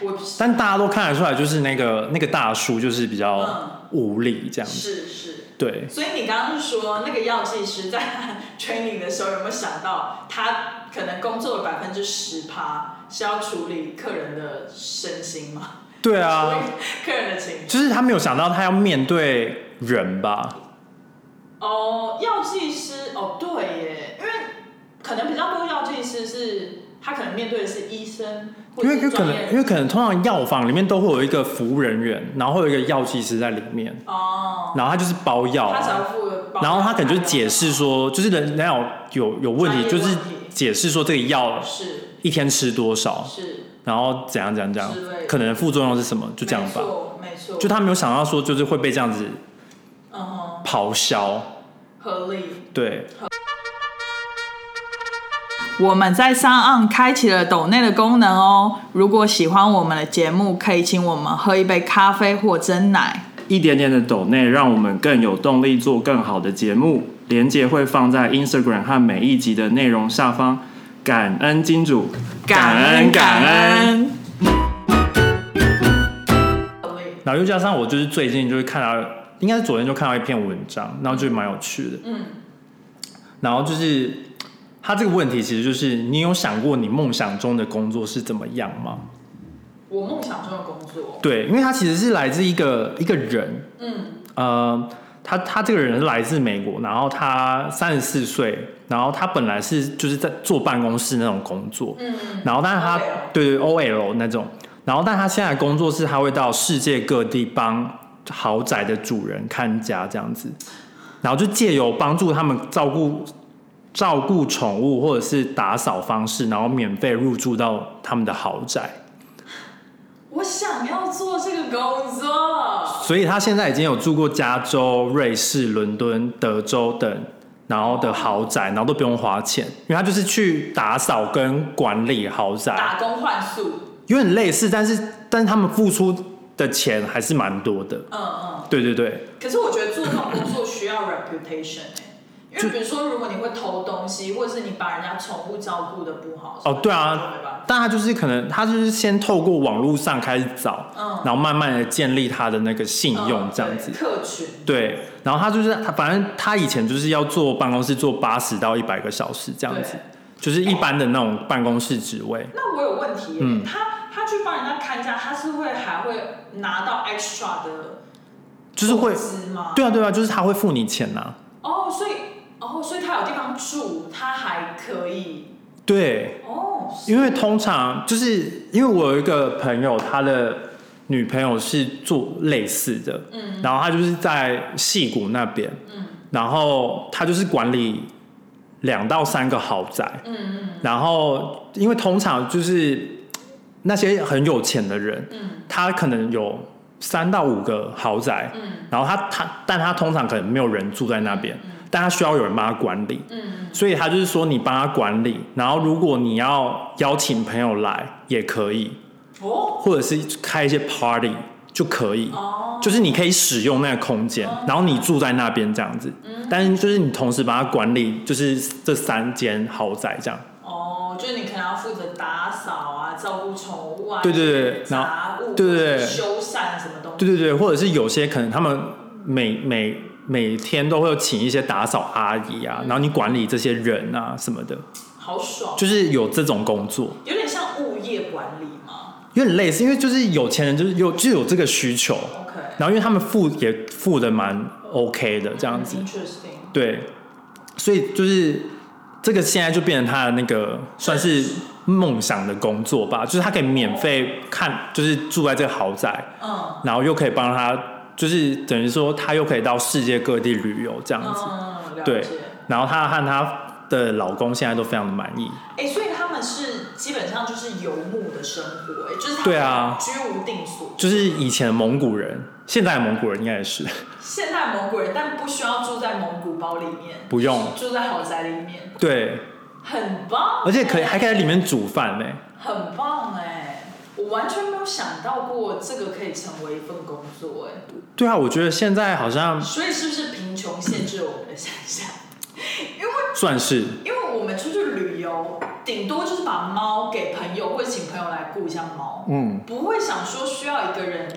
[SPEAKER 2] 我
[SPEAKER 1] 但大家都看得出来，就是那个那个大叔就是比较
[SPEAKER 2] 嗯，
[SPEAKER 1] 无力这样子，
[SPEAKER 2] 是是。
[SPEAKER 1] 对，
[SPEAKER 2] 所以你刚刚说那个药剂师在 (laughs) training 的时候，有没有想到他可能工作的百分之十趴是要处理客人的身心吗？
[SPEAKER 1] 对啊，
[SPEAKER 2] 处理 (laughs) 客人的情绪。
[SPEAKER 1] 就是他没有想到他要面对人吧，
[SPEAKER 2] 哦，药剂师哦，对耶，因为可能比较多药剂师是他可能面对的是医生或
[SPEAKER 1] 因
[SPEAKER 2] 者
[SPEAKER 1] 为
[SPEAKER 2] 是
[SPEAKER 1] 可
[SPEAKER 2] 专
[SPEAKER 1] 能
[SPEAKER 2] 业人
[SPEAKER 1] 因为可能通常药房里面都会有一个服务人员，然后会有一个药剂师在里面，
[SPEAKER 2] 哦，
[SPEAKER 1] 然后他就是包药啊、
[SPEAKER 2] 他只要负责帮
[SPEAKER 1] 然后他可能就
[SPEAKER 2] 忙
[SPEAKER 1] 解释说，就是人人家有有有问题，
[SPEAKER 2] 专
[SPEAKER 1] 就
[SPEAKER 2] 业
[SPEAKER 1] 是
[SPEAKER 2] 问题
[SPEAKER 1] 解释说这个药
[SPEAKER 2] 哦是
[SPEAKER 1] 一天吃多少，
[SPEAKER 2] 是
[SPEAKER 1] 然后怎样怎样怎样
[SPEAKER 2] 之类的，
[SPEAKER 1] 可能副作用是什么，就这样
[SPEAKER 2] 没
[SPEAKER 1] 吧。
[SPEAKER 2] 错没错，
[SPEAKER 1] 就他没有想到说，就是会被这样子
[SPEAKER 2] 嗯哼
[SPEAKER 1] 咆哮，
[SPEAKER 2] 合理。
[SPEAKER 1] 对，
[SPEAKER 2] 我们在上岸开启了抖内的功能哦。如果喜欢我们的节目，可以请我们喝一杯咖啡或蒸奶。
[SPEAKER 3] 一点点的抖内，让我们更有动力做更好的节目。连接会放在 Instagram 和每一集的内容下方。感恩金主，
[SPEAKER 2] 恩。
[SPEAKER 1] 然后又加上我就是最近就是看到，应该是昨天就看到一篇文章，然后就蛮有趣的。
[SPEAKER 2] 嗯，
[SPEAKER 1] 然后就是他这个问题，其实就是你有想过你梦想中的工作是怎么样吗？
[SPEAKER 2] 我梦想中的工作，
[SPEAKER 1] 对，因为他其实是来自一个一个人，
[SPEAKER 2] 嗯
[SPEAKER 1] 呃，他他这个人是来自美国，然后他三十四岁，然后他本来是就是在做办公室那种工作，
[SPEAKER 2] 嗯，
[SPEAKER 1] 然后但是他
[SPEAKER 2] OL
[SPEAKER 1] 对对 OL 那种，然后但他现在的工作是他会到世界各地帮豪宅的主人看家这样子，然后就借由帮助他们照顾照顾宠物或者是打扫方式，然后免费入住到他们的豪宅。
[SPEAKER 2] 我想要做这个工作。
[SPEAKER 1] 所以他现在已经有住过加州、瑞士、伦敦、德州等，然后的豪宅，然后都不用花钱，因为他就是去打扫跟管理豪宅，
[SPEAKER 2] 打工换宿，
[SPEAKER 1] 有点类似，但是但是他们付出的钱还是蛮多的。
[SPEAKER 2] 嗯嗯。
[SPEAKER 1] 对对对，
[SPEAKER 2] 可是我觉得做这种工作需要 reputation 哎、因为比如说，如果你会偷东西，或者是你把人家宠物照顾的不好，
[SPEAKER 1] 哦对啊
[SPEAKER 2] 就没办法，
[SPEAKER 1] 但他就是可能他就是先透过网络上开始找，
[SPEAKER 2] 嗯，
[SPEAKER 1] 然后慢慢的建立他的那个信用
[SPEAKER 2] 嗯
[SPEAKER 1] 这样子
[SPEAKER 2] 对。客群，
[SPEAKER 1] 对，然后他就是他，反正他以前就是要做办公室做八十到一百个小时这样子
[SPEAKER 2] 对，
[SPEAKER 1] 就是一般的那种办公室职位。
[SPEAKER 2] 那我有问题耶、
[SPEAKER 1] 嗯
[SPEAKER 2] 他他去帮人家看家，他是会还会拿到 extra 的
[SPEAKER 1] 就是会
[SPEAKER 2] 工，资吗？
[SPEAKER 1] 对啊对啊，就是他会付你钱呐、
[SPEAKER 2] 哦，所以哦，所以他有地方住，他还可以
[SPEAKER 1] 对，
[SPEAKER 2] 哦，是
[SPEAKER 1] 因为通常就是因为我有一个朋友，他的女朋友是做类似的，
[SPEAKER 2] 嗯
[SPEAKER 1] 然后他就是在戏谷那边，
[SPEAKER 2] 嗯
[SPEAKER 1] 然后他就是管理两到三个豪宅，
[SPEAKER 2] 嗯
[SPEAKER 1] 然后因为通常就是那些很有钱的人，
[SPEAKER 2] 嗯
[SPEAKER 1] 他可能有三到五个豪宅，
[SPEAKER 2] 嗯
[SPEAKER 1] 然后他他但他通常可能没有人住在那边，但他需要有人帮他管理。
[SPEAKER 2] 嗯
[SPEAKER 1] 所以他就是说你帮他管理，然后如果你要邀请朋友来也可以，
[SPEAKER 2] 哦
[SPEAKER 1] 或者是开一些 party 就可以，
[SPEAKER 2] 哦
[SPEAKER 1] 就是你可以使用那个空间
[SPEAKER 2] 哦，嗯
[SPEAKER 1] 然后你住在那边这样子，但是就是你同时帮他管理，就是这三间豪宅这样。
[SPEAKER 2] 哦，就是你可能要负责打扫啊，照顾宠物啊，
[SPEAKER 1] 对对对然后
[SPEAKER 2] 杂物，
[SPEAKER 1] 对对对
[SPEAKER 2] 修缮什么东西，
[SPEAKER 1] 对对对，或者是有些可能他们每每每天都会有请一些打扫阿姨
[SPEAKER 2] 嗯
[SPEAKER 1] 啊，然后你管理这些人啊什么的，
[SPEAKER 2] 好爽，
[SPEAKER 1] 就是有这种工作。
[SPEAKER 2] 有点像物业管理嘛。
[SPEAKER 1] 有点类似，因为就是有钱人就是有就有这个需求，
[SPEAKER 2] OK，
[SPEAKER 1] 然后因为他们付也付的蛮 OK 的这样子，
[SPEAKER 2] 嗯，interesting。
[SPEAKER 1] 对，所以就是这个现在就变成他的那个算是梦想的工作吧，就是他可以免费看，就是住在这个豪宅，
[SPEAKER 2] 嗯
[SPEAKER 1] 然后又可以帮他，就是等于说他又可以到世界各地旅游这样子，
[SPEAKER 2] 嗯，了
[SPEAKER 1] 对
[SPEAKER 2] 解。
[SPEAKER 1] 然后他和他的老公现在都非常的满意。
[SPEAKER 2] 哎、所以他们是基本上就是游牧的生活、哎，就是他们
[SPEAKER 1] 对啊
[SPEAKER 2] 居无定所。
[SPEAKER 1] 就是以前的蒙古人，现在的蒙古人应该也是
[SPEAKER 2] 现代蒙古人，但不需要住在蒙古包里面，
[SPEAKER 1] 不用
[SPEAKER 2] 住在豪宅里面，
[SPEAKER 1] 对，
[SPEAKER 2] 很棒、
[SPEAKER 1] 而且可以还可以在里
[SPEAKER 2] 面，
[SPEAKER 1] 面煮饭呢、
[SPEAKER 2] 很棒哎、我完全没有想到过这个可以成为一份工作哎、
[SPEAKER 1] 对啊，我觉得现在好像
[SPEAKER 2] 所以是不是贫穷限制了我们的想象？因为
[SPEAKER 1] 算是
[SPEAKER 2] 因为我们出去旅游，顶多就是把猫给朋友或者请朋友来顾一下猫，
[SPEAKER 1] 嗯，
[SPEAKER 2] 不会想说需要一个人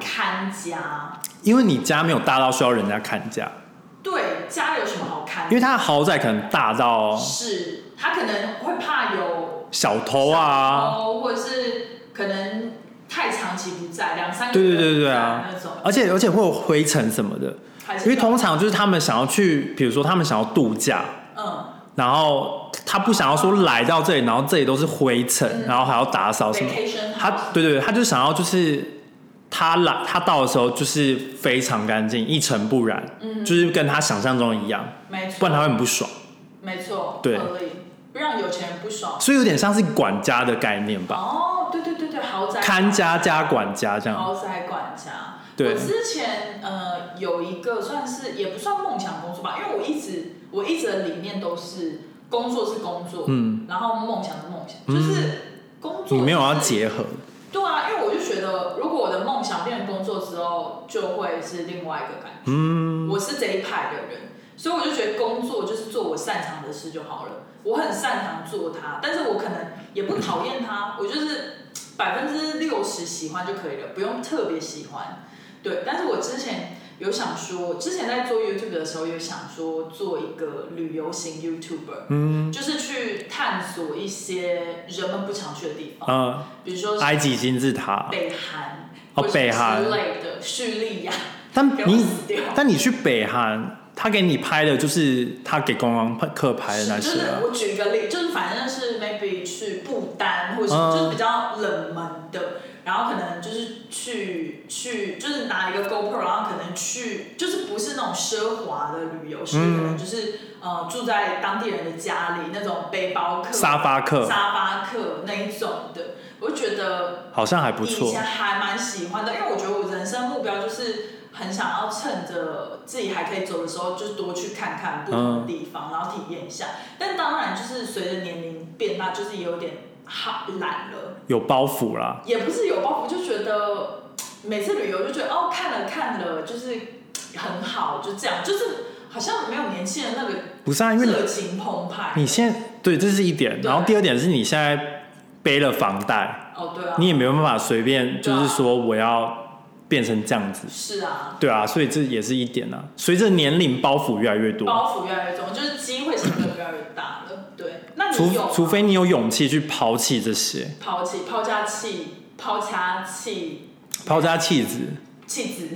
[SPEAKER 2] 看家。
[SPEAKER 1] 因为你家没有大到需要人家看家，
[SPEAKER 2] 对，家有什么好看？
[SPEAKER 1] 因为他的豪宅可能大到
[SPEAKER 2] 是他可能会怕有
[SPEAKER 1] 小偷啊，
[SPEAKER 2] 小偷或者是可能太长期不在，两三个
[SPEAKER 1] 对
[SPEAKER 2] 月
[SPEAKER 1] 对对对啊
[SPEAKER 2] 不在那种，
[SPEAKER 1] 而且而且会有灰尘什么的，
[SPEAKER 2] 还是
[SPEAKER 1] 因为通常就是他们想要去，比如说他们想要度假，
[SPEAKER 2] 嗯
[SPEAKER 1] 然后他不想要说来到这里，然后这里都是灰尘，
[SPEAKER 2] 嗯
[SPEAKER 1] 然后还要打扫什么，
[SPEAKER 2] vacation
[SPEAKER 1] 他
[SPEAKER 2] house
[SPEAKER 1] 对对对，他就想要就是他来他到的时候就是非常干净，一尘不染，
[SPEAKER 2] 嗯
[SPEAKER 1] 就是跟他想象中一样，
[SPEAKER 2] 没错，
[SPEAKER 1] 不然他会很不爽，
[SPEAKER 2] 没错，
[SPEAKER 1] 对
[SPEAKER 2] 合理，不让有钱人不爽。
[SPEAKER 1] 所以有点像是管家的概念吧，
[SPEAKER 2] 哦，对对对对，豪宅
[SPEAKER 1] 看家加管家这样，
[SPEAKER 2] 豪宅管家。
[SPEAKER 1] 对
[SPEAKER 2] 我之前呃有一个算是也不算梦想工作吧，因为我一直我一直的理念都是工作是工作，
[SPEAKER 1] 嗯，
[SPEAKER 2] 然后梦想是梦想，
[SPEAKER 1] 嗯
[SPEAKER 2] 就是工作
[SPEAKER 1] 你没有要
[SPEAKER 2] 就是
[SPEAKER 1] 结合，
[SPEAKER 2] 对啊，因为我就觉得，如果我的梦想变成工作之后，就会是另外一个感觉。
[SPEAKER 1] 嗯，
[SPEAKER 2] 我是这一派的人，所以我就觉得工作就是做我擅长的事就好了。我很擅长做它，但是我可能也不讨厌它，我就是百分之六十喜欢就可以了，不用特别喜欢。对，但是我之前有想说，之前在做 YouTube 的时候有想说做一个旅游型 YouTuber，
[SPEAKER 1] 嗯
[SPEAKER 2] 就是去探索一些人们不常去的地方，
[SPEAKER 1] 呃，
[SPEAKER 2] 比如说
[SPEAKER 1] 埃及金字塔，
[SPEAKER 2] 北韩
[SPEAKER 1] 哦
[SPEAKER 2] 或者
[SPEAKER 1] 北韩
[SPEAKER 2] 之类的，叙利亚，
[SPEAKER 1] 但
[SPEAKER 2] 给我
[SPEAKER 1] 你
[SPEAKER 2] 死掉
[SPEAKER 1] 但你去北韩，他给你拍的就是他给观光客拍的那
[SPEAKER 2] 就是
[SPEAKER 1] 些啊，
[SPEAKER 2] 我举一个例，就是反正是 maybe 去不丹或者是
[SPEAKER 1] 嗯
[SPEAKER 2] 就是比较冷门的，然后可能就是去去就是拿一个 GoPro，然后可能去就是不是那种奢华的旅游，是
[SPEAKER 1] 嗯
[SPEAKER 2] 可能就是呃住在当地人的家里那种背包客、
[SPEAKER 1] 沙发客
[SPEAKER 2] 沙发客那一种的，我就觉得
[SPEAKER 1] 好像还不
[SPEAKER 2] 以
[SPEAKER 1] 错
[SPEAKER 2] 前，还蛮喜欢的，因为我觉得我人生目标就是很想要趁着自己还可以走的时候，就是多去看看不同的地方，然后体验一下。但当然，就是随着年龄变大，就是有点好懒了，
[SPEAKER 1] 有包袱啦。
[SPEAKER 2] 也不是有包袱，就觉得每次旅游就觉得哦，看了看了，就是很好，就这样，就是好像没有年轻人那个
[SPEAKER 1] 不是啊，因为你
[SPEAKER 2] 热情澎湃。
[SPEAKER 1] 你现对这是一点，
[SPEAKER 2] 对
[SPEAKER 1] 然后第二点是你现在背了房贷，
[SPEAKER 2] 哦，对啊，
[SPEAKER 1] 你也没有办法随便
[SPEAKER 2] 对
[SPEAKER 1] 就
[SPEAKER 2] 啊
[SPEAKER 1] 是说我要变成这样子，
[SPEAKER 2] 是啊，
[SPEAKER 1] 对啊，所以这也是一点啊。随着年龄包袱越来越多，
[SPEAKER 2] 包袱越来越重，就是机会成本越来越大了。对，那
[SPEAKER 1] 除
[SPEAKER 2] 你有吗
[SPEAKER 1] 除非你有勇气去抛弃这些，
[SPEAKER 2] 抛弃、抛家弃、抛家弃
[SPEAKER 1] 抛家弃子，
[SPEAKER 2] 弃子、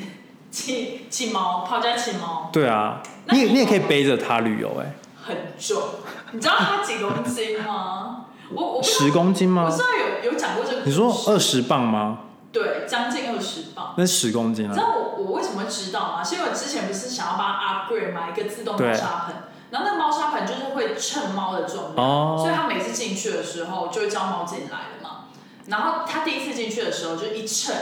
[SPEAKER 2] 弃弃猫、抛家弃猫
[SPEAKER 1] 对啊，
[SPEAKER 2] 那
[SPEAKER 1] 你也
[SPEAKER 2] 你
[SPEAKER 1] 你也可以
[SPEAKER 2] 有
[SPEAKER 1] 背着它旅游、欸，
[SPEAKER 2] 很重，你知道它几公斤吗？我我不知
[SPEAKER 1] 十公斤
[SPEAKER 2] 道，我
[SPEAKER 1] 吗
[SPEAKER 2] 不知？道有有讲过这个故事。
[SPEAKER 1] 你说呃二十磅吗？
[SPEAKER 2] 对，将近二十磅。
[SPEAKER 1] 那十公斤
[SPEAKER 2] 你知
[SPEAKER 1] 啊，
[SPEAKER 2] 道我我为什么会知道吗？是因为我之前不是想要帮它 upgrade 买一个自动
[SPEAKER 1] 对
[SPEAKER 2] 猫砂盆，然后那个猫砂盆就是会称猫的重量，
[SPEAKER 1] 哦
[SPEAKER 2] 所以它每次进去的时候就会叫猫进来了嘛。然后它第一次进去的时候就一称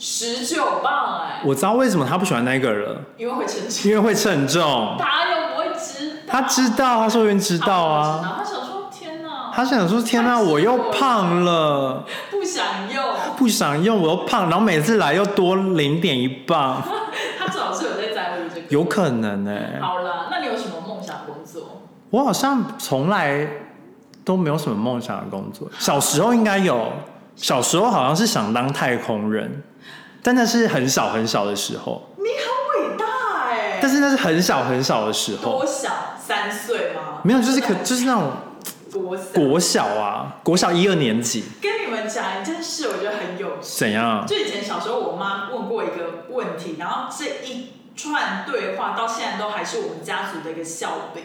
[SPEAKER 2] 十九磅哎、
[SPEAKER 1] 我知道为什么他不喜欢那个了，
[SPEAKER 2] 因为会称重。
[SPEAKER 1] 因为会称重，
[SPEAKER 2] 他又不会知道，
[SPEAKER 1] 他知道，他说明知
[SPEAKER 2] 知
[SPEAKER 1] 道啊。
[SPEAKER 2] 他想说天哪，
[SPEAKER 1] 他想说：“天啊，我又胖了，
[SPEAKER 2] 不想用，
[SPEAKER 1] 不想用，我又胖，然后每次来又多零点一磅，
[SPEAKER 2] 他最好是有在在乎这个。
[SPEAKER 1] 有可能哎、
[SPEAKER 2] 好啦，那你有什么梦想工作？
[SPEAKER 1] 我好像从来都没有什么梦想的工作，小时候应该有，小时候好像是想当太空人，但那是很小很小的时候，
[SPEAKER 2] 你很伟大哎、
[SPEAKER 1] 但是那是很小很小的时
[SPEAKER 2] 多
[SPEAKER 1] 候，
[SPEAKER 2] 小三岁吗？
[SPEAKER 1] 没有，就是可就是那种
[SPEAKER 2] 国小。
[SPEAKER 1] 国小啊，国小一二年级
[SPEAKER 2] 跟你们讲一件事，我觉得很有趣。
[SPEAKER 1] 怎样？
[SPEAKER 2] 就以前小时候，我妈问过一个问题，然后这一串对话到现在都还是我们家族的一个笑柄。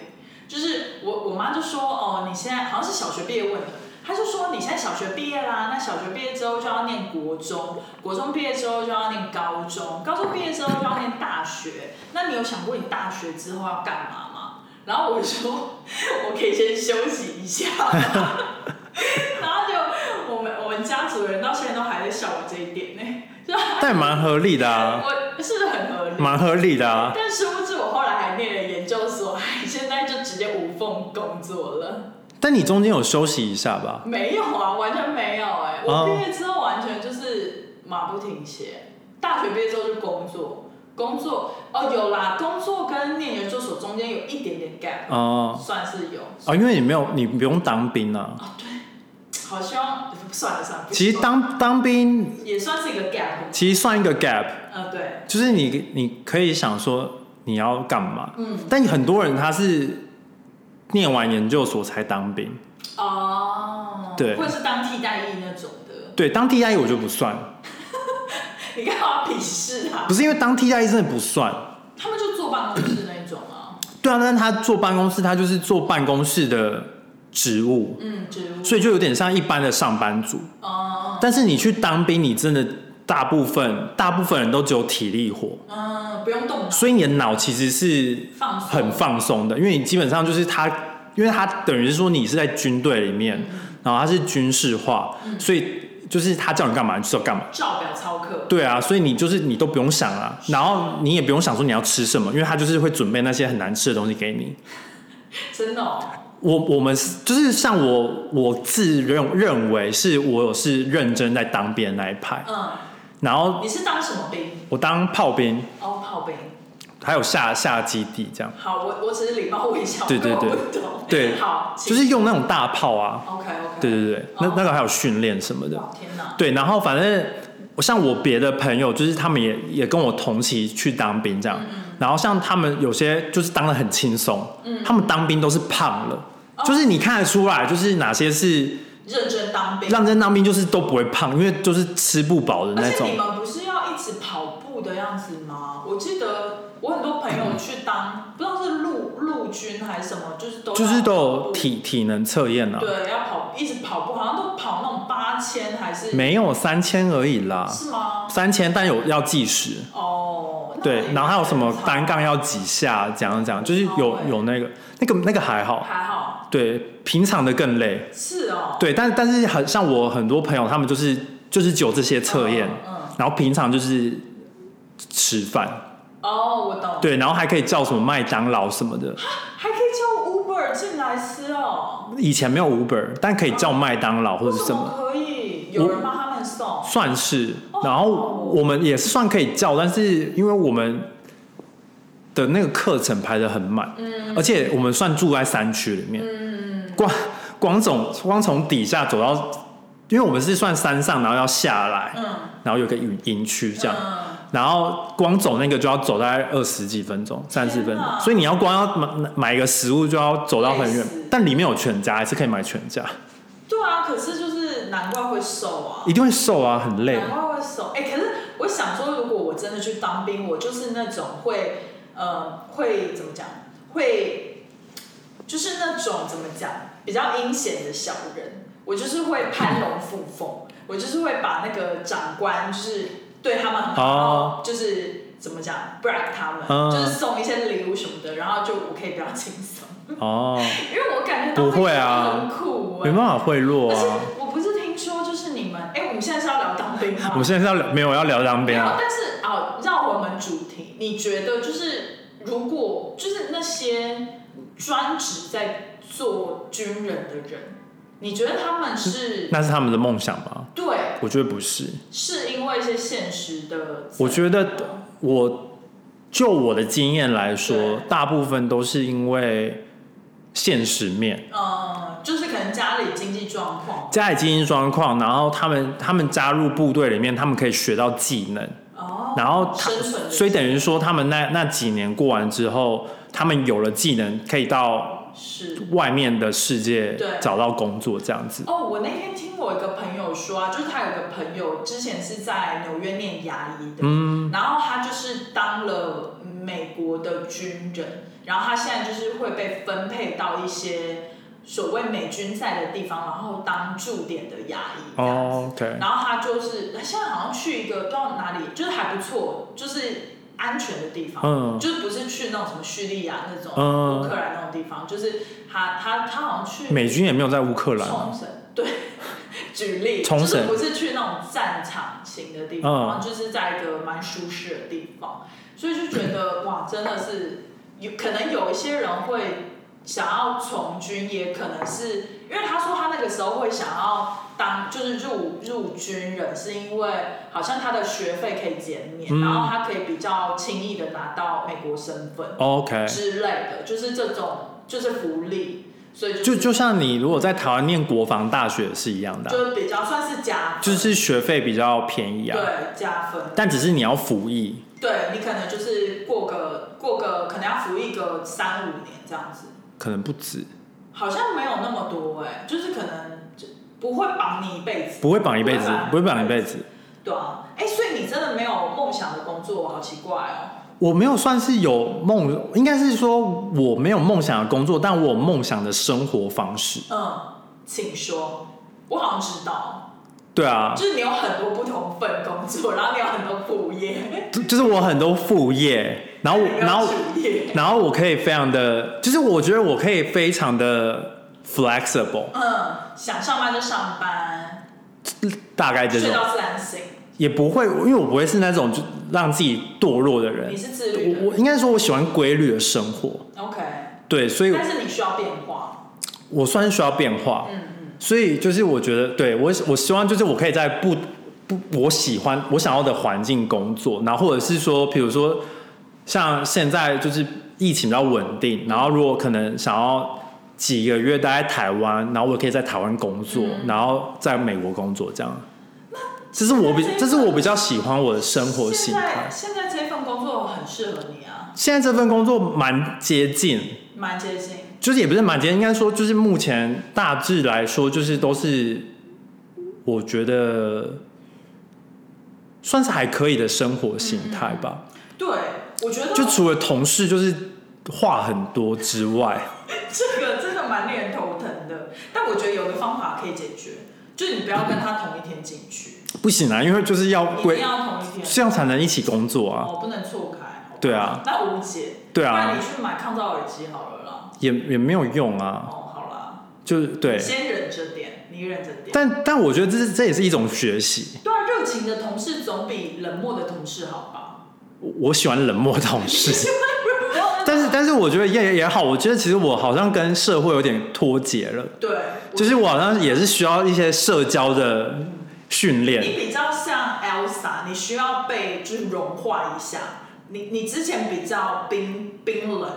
[SPEAKER 2] 就是我我妈就说，哦，你现在好像是小学毕业问的，她就说你现在小学毕业啦，那小学毕业之后就要念国中，国中毕业之后就要念高中，高中毕业之后就要念大学，那你有想过你大学之后要干嘛吗？然后我就说 (laughs) 我可以先休息一下 (laughs) 吗，然后 (laughs) 就我们我们家族人到现在都还在笑我这一点呢、就
[SPEAKER 1] 但蛮合理的啊，
[SPEAKER 2] 我是很合理，
[SPEAKER 1] 蛮合理的啊。
[SPEAKER 2] 但殊不知我后来还念了研究所，还现在就直接无缝工作了。
[SPEAKER 1] 但你中间有休息一下吧？
[SPEAKER 2] 没有啊，完全没有哎、
[SPEAKER 1] 哦
[SPEAKER 2] 我毕业之后完全就是马不停歇。大学毕业之后就工作，工作哦有啦，工作跟念研究所中间有一点点 gap，、
[SPEAKER 1] 哦
[SPEAKER 2] 算是有。
[SPEAKER 1] 哦，因为你没有，你不用当兵啊。
[SPEAKER 2] 哦对，好希望算了算了。不
[SPEAKER 1] 其实
[SPEAKER 2] 说
[SPEAKER 1] 当当兵
[SPEAKER 2] 也算是一个 gap，
[SPEAKER 1] 其实算一个 gap，
[SPEAKER 2] 呃对，
[SPEAKER 1] 就是你你可以想说你要干嘛，
[SPEAKER 2] 嗯
[SPEAKER 1] 但很多人他是念完研究所才当兵。
[SPEAKER 2] 哦，
[SPEAKER 1] 对
[SPEAKER 2] 或者是当替代役那种的，
[SPEAKER 1] 对，当替代役我就不算，
[SPEAKER 2] (laughs) 你干嘛鄙视他？
[SPEAKER 1] 不是因为当替代役真的不算。
[SPEAKER 2] 他们就坐办公室那种啊，
[SPEAKER 1] 对啊，但是他坐办公室，他就是坐办公室的职务，
[SPEAKER 2] 嗯，植物，
[SPEAKER 1] 所以就有点像一般的上班族。
[SPEAKER 2] 哦，
[SPEAKER 1] 但是你去当兵，你真的大部分大部分人都只有体力活，
[SPEAKER 2] 嗯，不用动脑，
[SPEAKER 1] 所以你的脑其实是
[SPEAKER 2] 放松
[SPEAKER 1] 很放松的，因为你基本上就是他，因为他等于是说你是在军队里面，然后他是军事化，所以就是他叫你干嘛你就要干嘛。
[SPEAKER 2] 照表操课，
[SPEAKER 1] 对啊，所以你就是你都不用想啊，然后你也不用想说你要吃什么，因为他就是会准备那些很难吃的东西给你。
[SPEAKER 2] 真的哦，
[SPEAKER 1] 我我们是就是像我我自认认为是我有是认真在当兵的那一派，
[SPEAKER 2] 嗯，
[SPEAKER 1] 然后
[SPEAKER 2] 你是当什么兵？
[SPEAKER 1] 我当炮兵，
[SPEAKER 2] 哦，炮兵。
[SPEAKER 1] 还有下下基地这样，
[SPEAKER 2] 好，我我只是礼貌问一下，
[SPEAKER 1] 对对
[SPEAKER 2] 我
[SPEAKER 1] 对
[SPEAKER 2] 根本不懂。
[SPEAKER 1] 对
[SPEAKER 2] 好，
[SPEAKER 1] 就是用那种大炮啊，
[SPEAKER 2] OK OK。
[SPEAKER 1] 对对对，那
[SPEAKER 2] 哦
[SPEAKER 1] 那个还有训练什么的，
[SPEAKER 2] 哇，天哪！
[SPEAKER 1] 对，然后反正我像我别的朋友，就是他们也也跟我同期去当兵这样，
[SPEAKER 2] 嗯
[SPEAKER 1] 然后像他们有些就是当的很轻松，他们当兵都是胖了，
[SPEAKER 2] 哦
[SPEAKER 1] 就是你看得出来，就是哪些是。
[SPEAKER 2] 认真当兵。
[SPEAKER 1] 认真当兵就是都不会胖，因为就是吃不饱的
[SPEAKER 2] 而
[SPEAKER 1] 那
[SPEAKER 2] 且
[SPEAKER 1] 种
[SPEAKER 2] 你。们不哦是要一直跑步的样子吗？我记得我很多朋友去当，不知道是陆陆军还是什么，就是都
[SPEAKER 1] 就是都
[SPEAKER 2] 要跑
[SPEAKER 1] 有
[SPEAKER 2] 步
[SPEAKER 1] 体体能测验啊，
[SPEAKER 2] 对，要跑一直跑步，好像都跑那种八千还是
[SPEAKER 1] 没有三千而已啦，
[SPEAKER 2] 是吗？
[SPEAKER 1] 三千但有要计时，
[SPEAKER 2] 哦，那我
[SPEAKER 1] 对
[SPEAKER 2] 也，
[SPEAKER 1] 然后还有什么
[SPEAKER 2] 很
[SPEAKER 1] 单
[SPEAKER 2] 少
[SPEAKER 1] 杠要几下，怎样怎样，就是有
[SPEAKER 2] 哦对
[SPEAKER 1] 有那个那个那个还好，
[SPEAKER 2] 还好
[SPEAKER 1] 对，平常的更累，
[SPEAKER 2] 是哦，
[SPEAKER 1] 对，但但是很像我很多朋友，他们就是就是只有这些测验
[SPEAKER 2] 嗯嗯，
[SPEAKER 1] 然后平常就是吃饭，
[SPEAKER 2] 哦，我懂，，
[SPEAKER 1] 对，然后还可以叫什么麦当劳什么的，
[SPEAKER 2] 还可以叫 Uber 进来吃哦，
[SPEAKER 1] 以前没有 Uber，但可以叫麦当劳或
[SPEAKER 2] 为
[SPEAKER 1] 者
[SPEAKER 2] 什
[SPEAKER 1] 什么
[SPEAKER 2] 么。可以？有人帮他们送，
[SPEAKER 1] 算是
[SPEAKER 2] 哦，
[SPEAKER 1] 然后我们也是算可以叫，但是因为我们的那个课程排得很满，
[SPEAKER 2] 嗯
[SPEAKER 1] 而且我们算住在山区里面，光光从光从底下走到，因为我们是算山上，然后要下来，
[SPEAKER 2] 嗯，
[SPEAKER 1] 然后有个营营区这样，
[SPEAKER 2] 嗯
[SPEAKER 1] 然后光走那个就要走大概二十几分钟、三十分
[SPEAKER 2] 天
[SPEAKER 1] 钟
[SPEAKER 2] 哪，
[SPEAKER 1] 所以你要光要买买一个食物就要走到很
[SPEAKER 2] 累
[SPEAKER 1] 远
[SPEAKER 2] 死，
[SPEAKER 1] 但里面有全家，还是可以买全家，
[SPEAKER 2] 对啊，可是就是难怪会瘦啊
[SPEAKER 1] 一。定会瘦啊，很累。
[SPEAKER 2] 难怪会瘦。哎、可是我想说，如果我真的去当兵，我就是那种会，呃，会怎么讲？会，就是那种怎么讲，比较阴险的小人。我就是会攀龙附凤，我就是会把那个长官就是对他们很好，
[SPEAKER 1] 哦
[SPEAKER 2] 就是怎么讲 brag 他们，
[SPEAKER 1] 嗯
[SPEAKER 2] 就是送一些礼物什么的，然后就我可以比较轻松，
[SPEAKER 1] 哦，
[SPEAKER 2] 因为我感觉当兵
[SPEAKER 1] 不会啊
[SPEAKER 2] 很苦、欸，
[SPEAKER 1] 没办法贿赂
[SPEAKER 2] 而且
[SPEAKER 1] 啊。
[SPEAKER 2] 我不是听说就是你们，哎、我们现在是要聊当兵吗？
[SPEAKER 1] 我们现在是要聊没有要聊当
[SPEAKER 2] 没
[SPEAKER 1] 兵
[SPEAKER 2] 有
[SPEAKER 1] 啊，，
[SPEAKER 2] 但是哦，绕我们主题，你觉得就是如果就是那些专职在做军人的人，你觉得他们是
[SPEAKER 1] 那是他们的梦想吗？
[SPEAKER 2] 对，
[SPEAKER 1] 我觉得不是，
[SPEAKER 2] 是因为一些现实的？
[SPEAKER 1] 我觉得我就我的经验来说
[SPEAKER 2] 对，
[SPEAKER 1] 大部分都是因为现实面、
[SPEAKER 2] 呃，就是可能家里经济状况，
[SPEAKER 1] 家里经济状况，然后他们他们加入部队里面，他们可以学到技能，
[SPEAKER 2] 哦，
[SPEAKER 1] 然后他
[SPEAKER 2] 生存的
[SPEAKER 1] 所以等于说他们那那几年过完之后，他们有了技能，可以到
[SPEAKER 2] 是
[SPEAKER 1] 外面的世界
[SPEAKER 2] 对
[SPEAKER 1] 找到工作这样子。
[SPEAKER 2] 哦，我那天听我一个朋友说啊，就是他有个朋友之前是在纽约念牙医的，
[SPEAKER 1] 嗯
[SPEAKER 2] 然后他就是当了美国的军人，然后他现在就是会被分配到一些所谓美军在的地方，然后当驻点的牙医这样子。
[SPEAKER 1] 哦，OK，
[SPEAKER 2] 然后他就是他现在好像去一个不知道哪里，就是还不错，就是。安全的地方，
[SPEAKER 1] 嗯
[SPEAKER 2] 就是不是去那种什么叙利亚那种、
[SPEAKER 1] 嗯
[SPEAKER 2] 乌克兰那种地方，就是他他他好像去
[SPEAKER 1] 美军也没有在乌克兰，
[SPEAKER 2] 冲绳，对， (laughs) 举例，
[SPEAKER 1] 冲绳
[SPEAKER 2] 就是不是去那种战场型的地方，
[SPEAKER 1] 嗯
[SPEAKER 2] 然后就是在一个蛮舒适的地方，所以就觉
[SPEAKER 1] (coughs)
[SPEAKER 2] 得哇，真的是有可能有一些人会想要从军，也可能是因为他说他那个时候会想要当就是入入军人，是因为好像他的学费可以减免，
[SPEAKER 1] 嗯
[SPEAKER 2] 然后他可以比较轻易的拿到美国身份
[SPEAKER 1] OK，
[SPEAKER 2] 之类的，就是这种就是福利。所以
[SPEAKER 1] 就是就像你如果在台湾念国防大学是一样的啊、
[SPEAKER 2] 就比较算是加分，
[SPEAKER 1] 就是学费比较便宜啊，
[SPEAKER 2] 对加分，
[SPEAKER 1] 但只是你要服役，
[SPEAKER 2] 对你可能就是过个过个可能要服役个三五年这样子，
[SPEAKER 1] 可能不止，
[SPEAKER 2] 好像没有那么多哎、就是可能就不会绑你一辈子，
[SPEAKER 1] 不会绑一辈子
[SPEAKER 2] 不会，绑
[SPEAKER 1] 不会绑一辈子。
[SPEAKER 2] 对啊，哎、所以你真的没有梦想的工作，好奇怪哦，
[SPEAKER 1] 我没有算是有梦，应该是说我没有梦想的工作，但我有梦想的生活方式。
[SPEAKER 2] 嗯，请说，我好像知道，
[SPEAKER 1] 对啊，
[SPEAKER 2] 就是你有很多不同份工作，然后你有很多副业，
[SPEAKER 1] 就就是我很多副业，然后我
[SPEAKER 2] 你没
[SPEAKER 1] 哦
[SPEAKER 2] 有
[SPEAKER 1] 然后
[SPEAKER 2] 主业，
[SPEAKER 1] 然后我可以非常的，就是我觉得我可以非常的 flexible，
[SPEAKER 2] 嗯，想上班就上班，
[SPEAKER 1] 大概这种
[SPEAKER 2] 睡到自然醒，
[SPEAKER 1] 也不会，因为我不会是那种就让自己堕落的人
[SPEAKER 2] 你。是自律的
[SPEAKER 1] 我我应该说，我喜欢规律的生活，
[SPEAKER 2] o k
[SPEAKER 1] 对，所以哦
[SPEAKER 2] 但是你需要变化，
[SPEAKER 1] 我算是需要变化。
[SPEAKER 2] 嗯
[SPEAKER 1] 所以就是我觉得，对我我希望就是我可以在不不我喜欢我想要的环境工作，然后或者是说，比如说像现在就是疫情比较稳定，然后如果可能想要几个月待在台湾，然后我可以在台湾工作，然后在美国工作这样。这是我比
[SPEAKER 2] 那这一份
[SPEAKER 1] 这是我比较喜欢我的生
[SPEAKER 2] 嗯。
[SPEAKER 1] 活形态。
[SPEAKER 2] 现在现在这份工作很适合你啊，
[SPEAKER 1] 现在这份工作蛮接近，
[SPEAKER 2] 蛮接近。
[SPEAKER 1] 就是也不是满街，应该说就是目前大致来说，就是都是我觉得算是还可以的生活形态吧。
[SPEAKER 2] 对，我觉得
[SPEAKER 1] 就除了同事就是话很多之外，
[SPEAKER 2] 这个真的蛮令人头疼的，但我觉得有个方法可以解决，就是你不要跟他同一天进去，
[SPEAKER 1] 不行啊，因为就是要
[SPEAKER 2] 一定
[SPEAKER 1] 归，
[SPEAKER 2] 要同一天，
[SPEAKER 1] 这样才能一起工作啊。
[SPEAKER 2] 哦，不能错开。好吧
[SPEAKER 1] 对啊，
[SPEAKER 2] 那无解。
[SPEAKER 1] 对
[SPEAKER 2] 那
[SPEAKER 1] 啊
[SPEAKER 2] 你，去买抗噪耳机好了啦。
[SPEAKER 1] 也也没有用啊，
[SPEAKER 2] 哦，好啦，
[SPEAKER 1] 就是对。
[SPEAKER 2] 先忍着点，你忍着点。
[SPEAKER 1] 但但我觉得这是这也是一种学习。
[SPEAKER 2] 对啊，热情的同事总比冷漠的同事好吧？
[SPEAKER 1] 我我喜欢冷漠同
[SPEAKER 2] (laughs)
[SPEAKER 1] 事， (laughs) 但是但是我觉得也也好，我觉得其实我好像跟社会有点脱节了。
[SPEAKER 2] 对，我
[SPEAKER 1] 就是我好像也是需要一些社交的训
[SPEAKER 2] 你
[SPEAKER 1] 练，
[SPEAKER 2] 比较像 Elsa，你需要被就是融化一下。你你之前比较冰冰冷，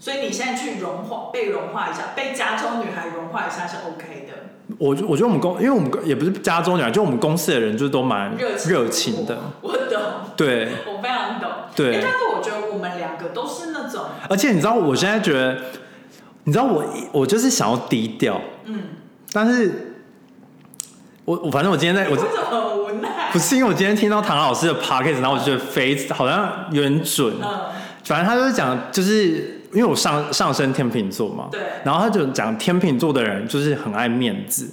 [SPEAKER 2] 所以你现在去融化，被融化一下，被加州女孩融化一下是 OK 的。
[SPEAKER 1] 我觉我觉得我们公，因为我们公也不是加州人，就我们公司的人就是都蛮
[SPEAKER 2] 热
[SPEAKER 1] 嗯
[SPEAKER 2] 情
[SPEAKER 1] 热情的，，
[SPEAKER 2] 我懂，
[SPEAKER 1] 对。
[SPEAKER 2] 我非常懂。
[SPEAKER 1] 对
[SPEAKER 2] 诶但是我觉得我们两个都是那种，
[SPEAKER 1] 而且你知道，我现在觉得，你知道我我就是想要低调，
[SPEAKER 2] 嗯，
[SPEAKER 1] 但是我我反正我今天在
[SPEAKER 2] 我
[SPEAKER 1] 我
[SPEAKER 2] 真的很无奈。
[SPEAKER 1] 不是因为我今天听到唐老师的 podcast，然后我就觉得非好像有点准，
[SPEAKER 2] 嗯，
[SPEAKER 1] 反正他就是讲，就是因为我上上升天秤座嘛，
[SPEAKER 2] 对
[SPEAKER 1] 然后他就讲天秤座的人就是很爱面子。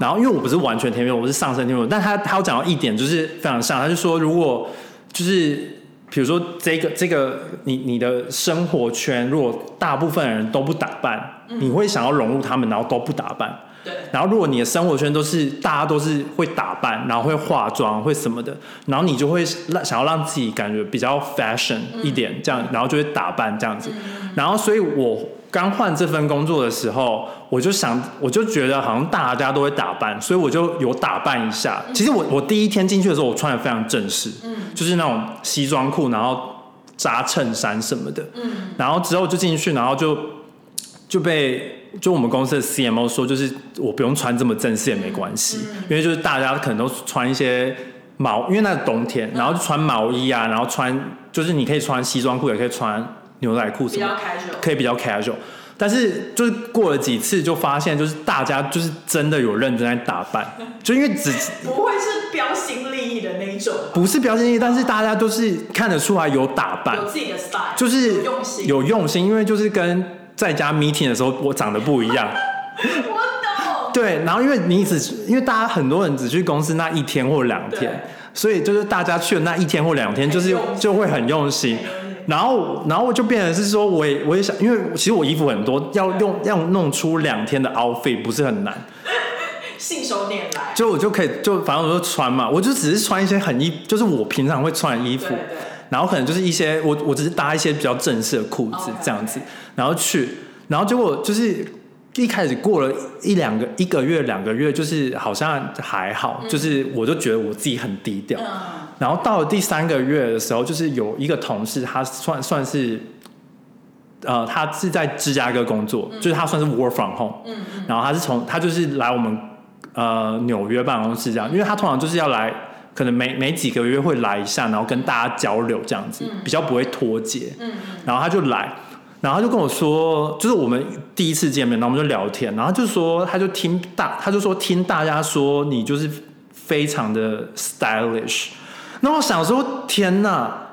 [SPEAKER 1] 然后，因为我不是完全天秤，我是上升天秤，但他他有讲到一点，就是非常像，他就说，如果就是比如说这个这个你你的生活圈，如果大部分人都不打扮，你会想要融入他们，然后都不打扮，
[SPEAKER 2] 对，
[SPEAKER 1] 然后如果你的生活圈都是大家都是会打扮，然后会化妆，会什么的，然后你就会让想要让自己感觉比较 fashion 一点，这样，然后就会打扮这样子。然后所以我刚换这份工作的时候，我就想，我就觉得好像大家都会打扮，所以我就有打扮一下。其实我我第一天进去的时候，我穿的非常正式，
[SPEAKER 2] 嗯
[SPEAKER 1] 就是那种西装裤，然后扎衬衫什么的。
[SPEAKER 2] 嗯，
[SPEAKER 1] 然后之后就进去，然后就就被就我们公司的 CMO 说，就是我不用穿这么正式也没关系，
[SPEAKER 2] 嗯
[SPEAKER 1] 因为就是大家可能都穿一些毛，因为那是冬天，然后就穿毛衣啊，然后穿就是你可以穿西装裤，也可以穿牛仔裤
[SPEAKER 2] 比
[SPEAKER 1] 什么
[SPEAKER 2] 较
[SPEAKER 1] 的，
[SPEAKER 2] 开始，
[SPEAKER 1] 可以比较 casual。但是就是过了几次，就发现就是大家就是真的有认真在打扮，就因为只
[SPEAKER 2] 不会是标新立异的那一种，
[SPEAKER 1] 不是标新立异，但是大家都是看得出来有打扮，
[SPEAKER 2] 有自己的 style，
[SPEAKER 1] 就是
[SPEAKER 2] 有用心，
[SPEAKER 1] 有
[SPEAKER 2] (laughs)
[SPEAKER 1] 用心，因为就是跟在家 meeting 的时候我长得不一样，
[SPEAKER 2] 我懂。
[SPEAKER 1] 对，然后因为你只因为大家很多人只去公司那一天或两
[SPEAKER 2] 对
[SPEAKER 1] 天，所以就是大家去的那一天或两天，就是
[SPEAKER 2] 很用心
[SPEAKER 1] 就会很用心
[SPEAKER 2] 很用心。
[SPEAKER 1] 然后，然后我就变成是说，我也我也想，因为其实我衣服很多，要用要弄出两天的 outfit 不是很难，
[SPEAKER 2] 信手拈来，
[SPEAKER 1] 就我就可以就反正我就穿嘛，我就只是穿一些很衣，就是我平常会穿的衣服
[SPEAKER 2] 对，对，
[SPEAKER 1] 然后可能就是一些我我只是搭一些比较正式的裤子
[SPEAKER 2] OK，
[SPEAKER 1] 这样子然后去，然后结果就是一开始过了一两个一个月两个月，就是好像还好，就是我就觉得我自己很低调。
[SPEAKER 2] 嗯，
[SPEAKER 1] 然后到了第三个月的时候，就是有一个同事，他算算是，呃，他是在芝加哥工作，就是他算是 work from home，嗯然后他是从他就是来我们呃纽约办公室这样，因为他通常就是要来，可能每每几个月会来一下，然后跟大家交流这样子，比较不会脱节，嗯，然后他就来。然后他就跟我说，就是我们第一次见面，然后我们就聊天，然后他就说，他就听大，他就说听大家说你就是非常的 stylish，那我想说，天哪，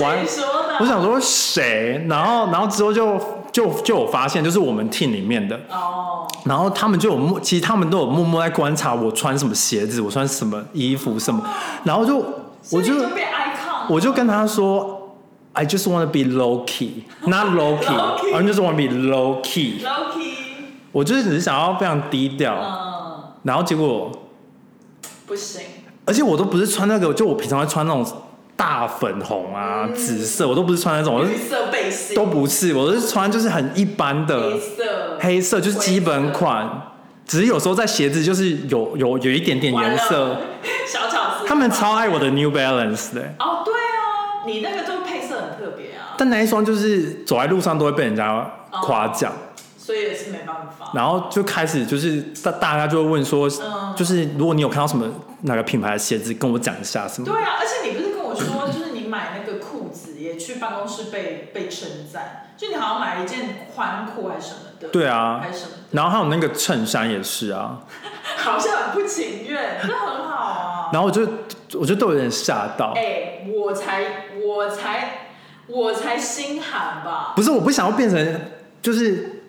[SPEAKER 1] 完
[SPEAKER 2] 谁！说的？
[SPEAKER 1] 我想说谁？然后，然后之后就就就有发现，就是我们 team 里面的，
[SPEAKER 2] 哦，
[SPEAKER 1] 然后他们就有默，其实他们都有默默在观察我穿什么鞋子，我穿什么衣服什么，然后就我就
[SPEAKER 2] 所以你被 icon，
[SPEAKER 1] 我就跟他说，I just want to be low key, not low
[SPEAKER 2] Low key
[SPEAKER 1] key, I just want to be low key。
[SPEAKER 2] lucky，
[SPEAKER 1] 我就是只是想要非常低调，
[SPEAKER 2] 嗯，
[SPEAKER 1] 然后结果
[SPEAKER 2] 不行，
[SPEAKER 1] 而且我都不是穿那个，就我平常会穿那种大粉红啊、
[SPEAKER 2] 嗯
[SPEAKER 1] 紫色，我都不是穿那种，我
[SPEAKER 2] 绿
[SPEAKER 1] 是
[SPEAKER 2] 色背心，
[SPEAKER 1] 都不是，我是穿就是很一般的
[SPEAKER 2] 黑色，
[SPEAKER 1] 黑色，就是基本款。只是有时候在鞋子就是有有有一点点
[SPEAKER 2] 完
[SPEAKER 1] 颜
[SPEAKER 2] 了
[SPEAKER 1] 色，，
[SPEAKER 2] (laughs) 小巧思，
[SPEAKER 1] 他们超爱我的 New Balance 的、
[SPEAKER 2] 哦，对啊，你那个就配色很特别啊，
[SPEAKER 1] 但那一双就是走在路上都会被人
[SPEAKER 2] 哦
[SPEAKER 1] 家夸奖，
[SPEAKER 2] 所以也是没办法。
[SPEAKER 1] 然后就开始就是大大家就会问说，
[SPEAKER 2] 嗯
[SPEAKER 1] 就是如果你有看到什么哪个品牌的鞋子，跟我讲一下什么的。
[SPEAKER 2] 对啊，而且你不是跟我说， (laughs) 就是你买那个裤子也去办公室被被称赞，就你好像买了一件宽裤还是什么的，
[SPEAKER 1] 对啊
[SPEAKER 2] 还是什么的，
[SPEAKER 1] 然后还有那个衬衫也是啊，
[SPEAKER 2] 哦好像很不情愿，这很好啊。
[SPEAKER 1] 然后我就我就都有点吓到
[SPEAKER 2] 哎、，我才我才我才心寒吧，
[SPEAKER 1] 不是我不想要变成就是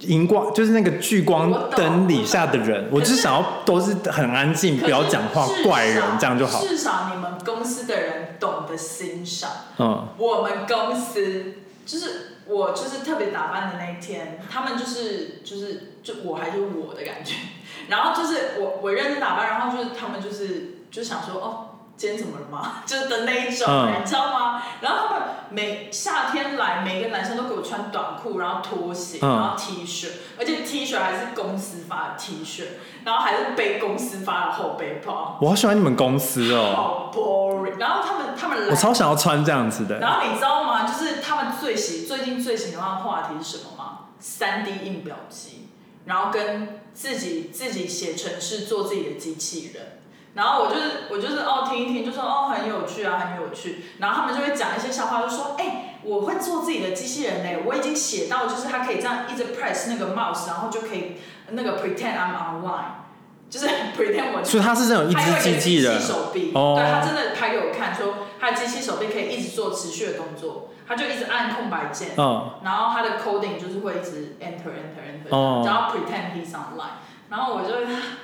[SPEAKER 1] 荧光，就是那个聚光灯底下的人，
[SPEAKER 2] 我
[SPEAKER 1] 我
[SPEAKER 2] 懂
[SPEAKER 1] 只想要都是很安静，不要讲话
[SPEAKER 2] 哦可是，至
[SPEAKER 1] 怪人
[SPEAKER 2] 少
[SPEAKER 1] 这样就好。
[SPEAKER 2] 至少你们公司的人懂得欣赏，
[SPEAKER 1] 嗯，
[SPEAKER 2] 我们公司就是我就是特别打扮的那一天，他们就是就是就我还是我的感觉， (laughs) 然后就是我我认真打扮，然后就是他们就是就想说哦。今天怎么了吗？ (laughs) 就是的那一种、
[SPEAKER 1] 嗯
[SPEAKER 2] 你知道吗？然后他们每夏天来，每个男生都给我穿短裤，然后拖鞋，
[SPEAKER 1] 嗯
[SPEAKER 2] 然后 T 恤，而且 T 恤还是公司发的 T 恤，然后还是背公司发的后背包，
[SPEAKER 1] 我好喜欢你们公司哦，
[SPEAKER 2] 好 boring。然后他们他们来
[SPEAKER 1] 我超想要穿这样子的。
[SPEAKER 2] 然后你知道吗？就是他们最喜最近最喜欢的话题是什么吗？三 D 印表机，然后跟自己自己写程式做自己的机器人。然后我就是我就是哦听一听就说哦很有趣啊很有趣，然后他们就会讲一些笑话，就说哎、我会做自己的机器人嘞，我已经写到就是它可以这样一直 press 那个 mouse，然后就可以那个 pretend I'm online，就是 (laughs) pretend 我
[SPEAKER 1] 所以他是那种一
[SPEAKER 2] 他有
[SPEAKER 1] 只
[SPEAKER 2] 一
[SPEAKER 1] 机
[SPEAKER 2] 个
[SPEAKER 1] 器人，
[SPEAKER 2] 手臂，
[SPEAKER 1] 哦
[SPEAKER 2] 对他真的拍给我看，说他的机器手臂可以一直做持续的动作，他就一直按空白键，
[SPEAKER 1] 嗯，
[SPEAKER 2] 然后他的 coding 就是会一直 enter enter enter，、
[SPEAKER 1] 哦
[SPEAKER 2] 然后 pretend he's online，然后我就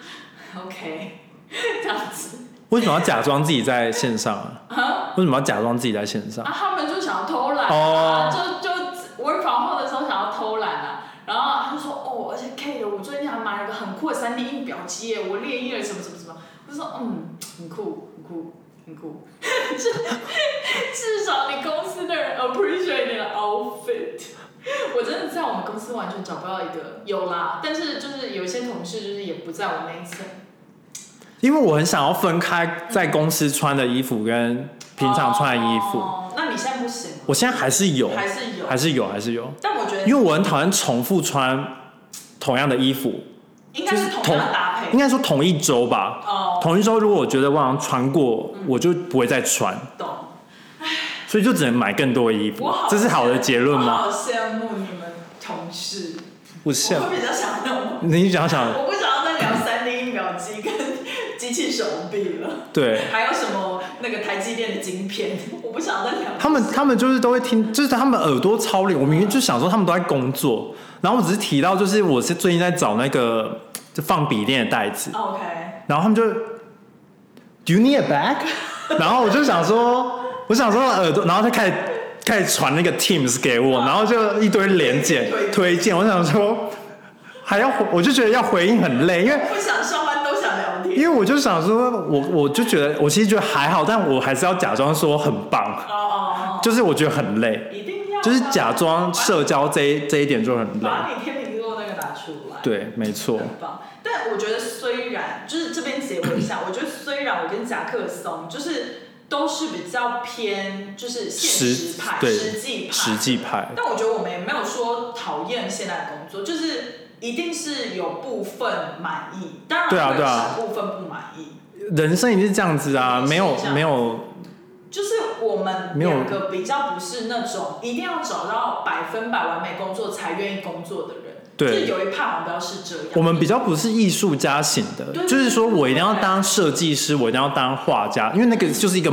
[SPEAKER 2] (laughs) OK 这样子，
[SPEAKER 1] 为什么要假装自己在线上啊？
[SPEAKER 2] 啊，
[SPEAKER 1] 为什么要假装自己在线上？
[SPEAKER 2] 啊他们就想偷懒啊，
[SPEAKER 1] 哦
[SPEAKER 2] 就就 work from home 的时候想要偷懒啊。然后他就说哦，而且 K 的，我最近还买了个很酷的三 D 印表机耶，我练印了什么什么什么。我就说嗯，很酷，很酷，很酷。 (laughs) 至少你公司的人 appreciate 你的 outfit。我真的在我们公司完全找不到一个有啦，但是就是有一些同事就是也不在我那一层，
[SPEAKER 1] 因为我很想要分开在公司穿的衣服跟平常穿的衣服。
[SPEAKER 2] 哦、那你现在不行吗？
[SPEAKER 1] 我现在还是有，
[SPEAKER 2] 还是有，
[SPEAKER 1] 还是有，还是有，
[SPEAKER 2] 但我觉得
[SPEAKER 1] 因为我很讨厌重复穿同样的衣服，
[SPEAKER 2] 应该是
[SPEAKER 1] 就是
[SPEAKER 2] 同样的搭配
[SPEAKER 1] 应该说同一周吧。
[SPEAKER 2] 哦，嗯
[SPEAKER 1] 同一周，如果我觉得我好像穿过，我就不会再穿，
[SPEAKER 2] 懂。
[SPEAKER 1] 所以就只能买更多的衣服
[SPEAKER 2] 我好，。
[SPEAKER 1] 这是好的结论吗？
[SPEAKER 2] 我好羡慕你们同事，
[SPEAKER 1] 不
[SPEAKER 2] 我
[SPEAKER 1] 是啊，
[SPEAKER 2] 会比较想那种，
[SPEAKER 1] 你想想，
[SPEAKER 2] 我不想要再聊三 D 印表机跟机器手臂了，
[SPEAKER 1] 对
[SPEAKER 2] 还有什么那个台积电的晶片， (laughs) 我不想再聊。
[SPEAKER 1] 他们，他们就是都会听，就是他们耳朵超灵。我明明就想说他们都在工作，然后我只是提到，就是我是最近在找那个就放笔电的袋子，
[SPEAKER 2] OK，
[SPEAKER 1] 然后他们就 Do you need a bag？然 (laughs) 后我就想说，我想说耳朵，然后他开始开始传那个 Teams 给我，然后就一堆连接推荐，我想说还要回我就觉得要回应很累，因为
[SPEAKER 2] 不想上班都想聊天。
[SPEAKER 1] 因为我就想说，我我就觉得我其实觉得还好，但我还是要假装说很棒，
[SPEAKER 2] 哦哦
[SPEAKER 1] 就是我觉得很累
[SPEAKER 2] 哦，，一定 (laughs) 要
[SPEAKER 1] 就是假装社交这一这一点就很累，
[SPEAKER 2] 把把你天秤座那个拿出来。。
[SPEAKER 1] 对，没错，
[SPEAKER 2] 很棒。但我觉得虽然就是这边结尾一下，我觉得虽然我跟夹克松就是都是比较偏就是现实派、
[SPEAKER 1] 对
[SPEAKER 2] 实际派，
[SPEAKER 1] 实际派，
[SPEAKER 2] 但我觉得我们也没有说讨厌现在的工作，就是一定是有部分满意，当然
[SPEAKER 1] 对啊
[SPEAKER 2] 会有
[SPEAKER 1] 对啊
[SPEAKER 2] 少部分不满意。
[SPEAKER 1] 人生也是这样子啊，没有
[SPEAKER 2] 是这样
[SPEAKER 1] 没有
[SPEAKER 2] 就是我们
[SPEAKER 1] 没有
[SPEAKER 2] 两个比较不是那种一定要找到百分百完美工作才愿意工作的人，
[SPEAKER 1] 对
[SPEAKER 2] 就是有一派好像比较是这样。
[SPEAKER 1] 我们比较不是艺术家型的
[SPEAKER 2] 对，
[SPEAKER 1] 就是说我一定要当设计师，我一定要当画家，因为那个就是一个，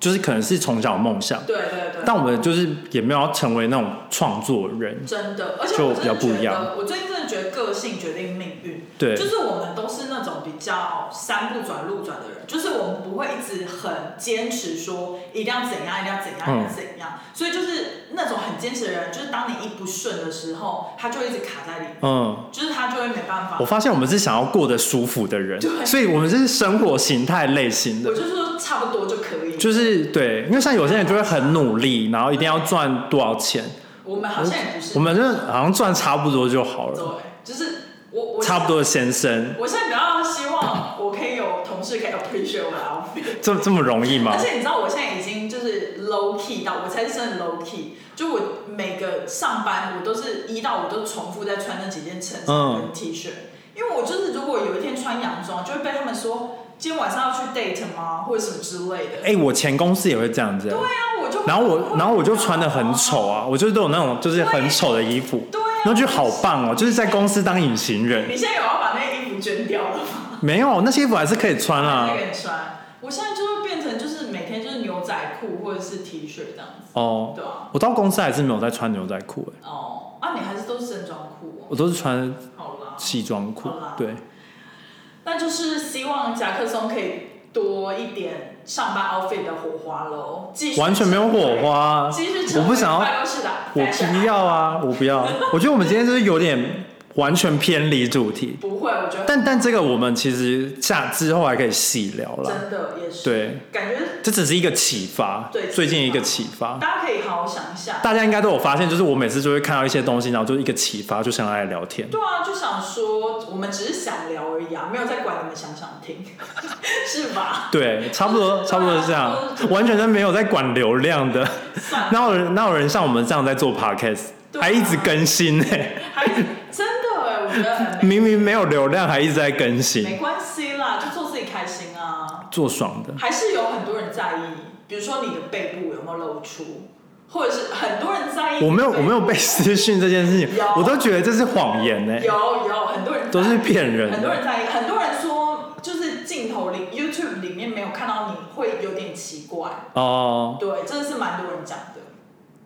[SPEAKER 1] 就是可能是从小梦想。
[SPEAKER 2] 对对对，
[SPEAKER 1] 但我们就是也没有要成为那种创作人，
[SPEAKER 2] 真的，而且
[SPEAKER 1] 嗯就
[SPEAKER 2] 我
[SPEAKER 1] 比
[SPEAKER 2] 真
[SPEAKER 1] 较
[SPEAKER 2] 的
[SPEAKER 1] 不一
[SPEAKER 2] 觉
[SPEAKER 1] 样
[SPEAKER 2] 得，我最近真的觉得个性决定命运。
[SPEAKER 1] 对
[SPEAKER 2] 就是我们都是那种比较三不转路转的人，就是我们不会一直很坚持说一定要怎样，一定要怎
[SPEAKER 1] 嗯
[SPEAKER 2] 样，一定要怎样。所以就是那种很坚持的人，就是当你一不顺的时候，他就一直卡在里面，
[SPEAKER 1] 嗯。
[SPEAKER 2] 就是他就会没办法
[SPEAKER 1] 我。发现我们是想要过得舒服的人，
[SPEAKER 2] 对
[SPEAKER 1] 所以我们是生活形态类型
[SPEAKER 2] 我
[SPEAKER 1] 的，
[SPEAKER 2] 就说差不多就可以。
[SPEAKER 1] 就是对，因为像有些人就会很努力，然后一定要赚多少钱，
[SPEAKER 2] 我们好像也不是，
[SPEAKER 1] 我们就是好像赚差不多就好
[SPEAKER 2] 对
[SPEAKER 1] 了，，
[SPEAKER 2] 欸就是我我
[SPEAKER 1] 差不多。的先生，
[SPEAKER 2] 我现在比较希望我可以有同事可以 appreciate 我的 outfit。
[SPEAKER 1] 这这么容易吗
[SPEAKER 2] 而？且你知道，我现在已经就是 low key 到，我才是真的 low key。就我每个上班，我都是一到五都重复在穿那几件衬衫
[SPEAKER 1] 嗯
[SPEAKER 2] 跟 T 恤，因为我就是如果有一天穿洋装，就会被他们说今天晚上要去 date 吗，或者什么之类的。
[SPEAKER 1] 哎、我前公司也会这样子、
[SPEAKER 2] 对啊，我就
[SPEAKER 1] 然后我，然后我就穿的很丑。啊，我就都有那种就是很丑的衣服，
[SPEAKER 2] 对啊，
[SPEAKER 1] 然后就好棒哦，就是在公司当隐形人。
[SPEAKER 2] 你现在有要把那个衣服捐掉了吗？
[SPEAKER 1] 没有，那些衣服还是可以穿啊
[SPEAKER 2] 那。个穿。我现在就会变成就是每天就是牛仔裤或者是 T 恤这样子，
[SPEAKER 1] 哦，
[SPEAKER 2] 对啊，
[SPEAKER 1] 我到公司还是没有在穿牛仔裤、哎，
[SPEAKER 2] 哦，啊，你还是都是正装裤
[SPEAKER 1] 我都是穿
[SPEAKER 2] 哦，好啦。
[SPEAKER 1] 西装裤
[SPEAKER 2] 好啦。
[SPEAKER 1] 对，
[SPEAKER 2] 那就是希望夹克松可以多一点上班 outfit 的火花喽，继续
[SPEAKER 1] 完全没有火花啊、
[SPEAKER 2] 继续
[SPEAKER 1] 我
[SPEAKER 2] 成为
[SPEAKER 1] 不想要，
[SPEAKER 2] 办公室的，
[SPEAKER 1] 我不，要啊，我不要。我觉得我们今天就是有点完全偏离主题，
[SPEAKER 2] 不会，我觉得
[SPEAKER 1] 但但这个我们其实下之后还可以细聊啦。
[SPEAKER 2] 真的也是，，
[SPEAKER 1] 对，
[SPEAKER 2] 感觉
[SPEAKER 1] 这只是一个启发，
[SPEAKER 2] 对
[SPEAKER 1] 最近一个
[SPEAKER 2] 启
[SPEAKER 1] 启发。
[SPEAKER 2] 大家可以好好想一下，
[SPEAKER 1] 大家应该都有发现，就是我每次就会看到一些东西，然后就一个启发，就想来聊天。
[SPEAKER 2] 对啊，就想说我们只是想聊而已啊，没有在管你们想不想
[SPEAKER 1] (laughs)
[SPEAKER 2] 听，是吧？
[SPEAKER 1] 对，差不多，差不多是这样，
[SPEAKER 2] 啊
[SPEAKER 1] 完全都没有在管流量的。
[SPEAKER 2] 算了，
[SPEAKER 1] 哪有人哪有人像我们这样在做 podcast，
[SPEAKER 2] 对啊啊
[SPEAKER 1] 还一直更新呢、
[SPEAKER 2] 还是真的哎、我
[SPEAKER 1] (laughs)
[SPEAKER 2] 觉得很没
[SPEAKER 1] 明明没有流量，还一直在更新，
[SPEAKER 2] 没关系啦，就做自己开心啊。
[SPEAKER 1] 做爽的。
[SPEAKER 2] 还是有很多人在意，比如说你的背部有没有露出，或者是很多人在意。
[SPEAKER 1] 我没有，我没有被 (laughs) 私讯这件事情
[SPEAKER 2] 有，
[SPEAKER 1] 我都觉得这是谎言呢、
[SPEAKER 2] 有有很多人在
[SPEAKER 1] 都是骗人
[SPEAKER 2] 很多人
[SPEAKER 1] 的。
[SPEAKER 2] 在意，很多人说就是镜头里 YouTube 里面没有看到你会有点奇怪，
[SPEAKER 1] 哦，
[SPEAKER 2] 对，真的是蛮多人讲的，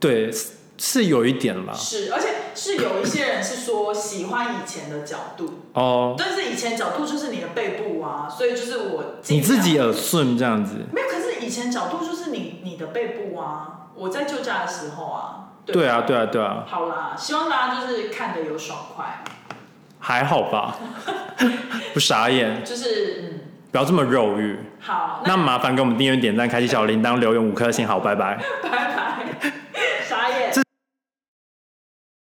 [SPEAKER 1] 对，是是有一点啦。
[SPEAKER 2] 是，而且是有一些人是说喜欢以前的角度，
[SPEAKER 1] 哦，
[SPEAKER 2] 但是以前角度就是你的背部啊，所以就是我尽
[SPEAKER 1] 你
[SPEAKER 2] 量
[SPEAKER 1] 自己耳顺这样子。
[SPEAKER 2] 没有，可是以前角度就是你你的背部啊，我在救驾的时候啊，对
[SPEAKER 1] 对啊，对啊，对啊，
[SPEAKER 2] 好啦，希望大家就是看得有爽快，
[SPEAKER 1] 还好吧， (laughs) 不傻眼。
[SPEAKER 2] 就是嗯
[SPEAKER 1] 不要这么肉欲。
[SPEAKER 2] 嗯，好，
[SPEAKER 1] 那麻烦给我们订阅、点赞、开启小铃铛、留言五颗星，好，拜拜。
[SPEAKER 2] 拜拜。 (laughs)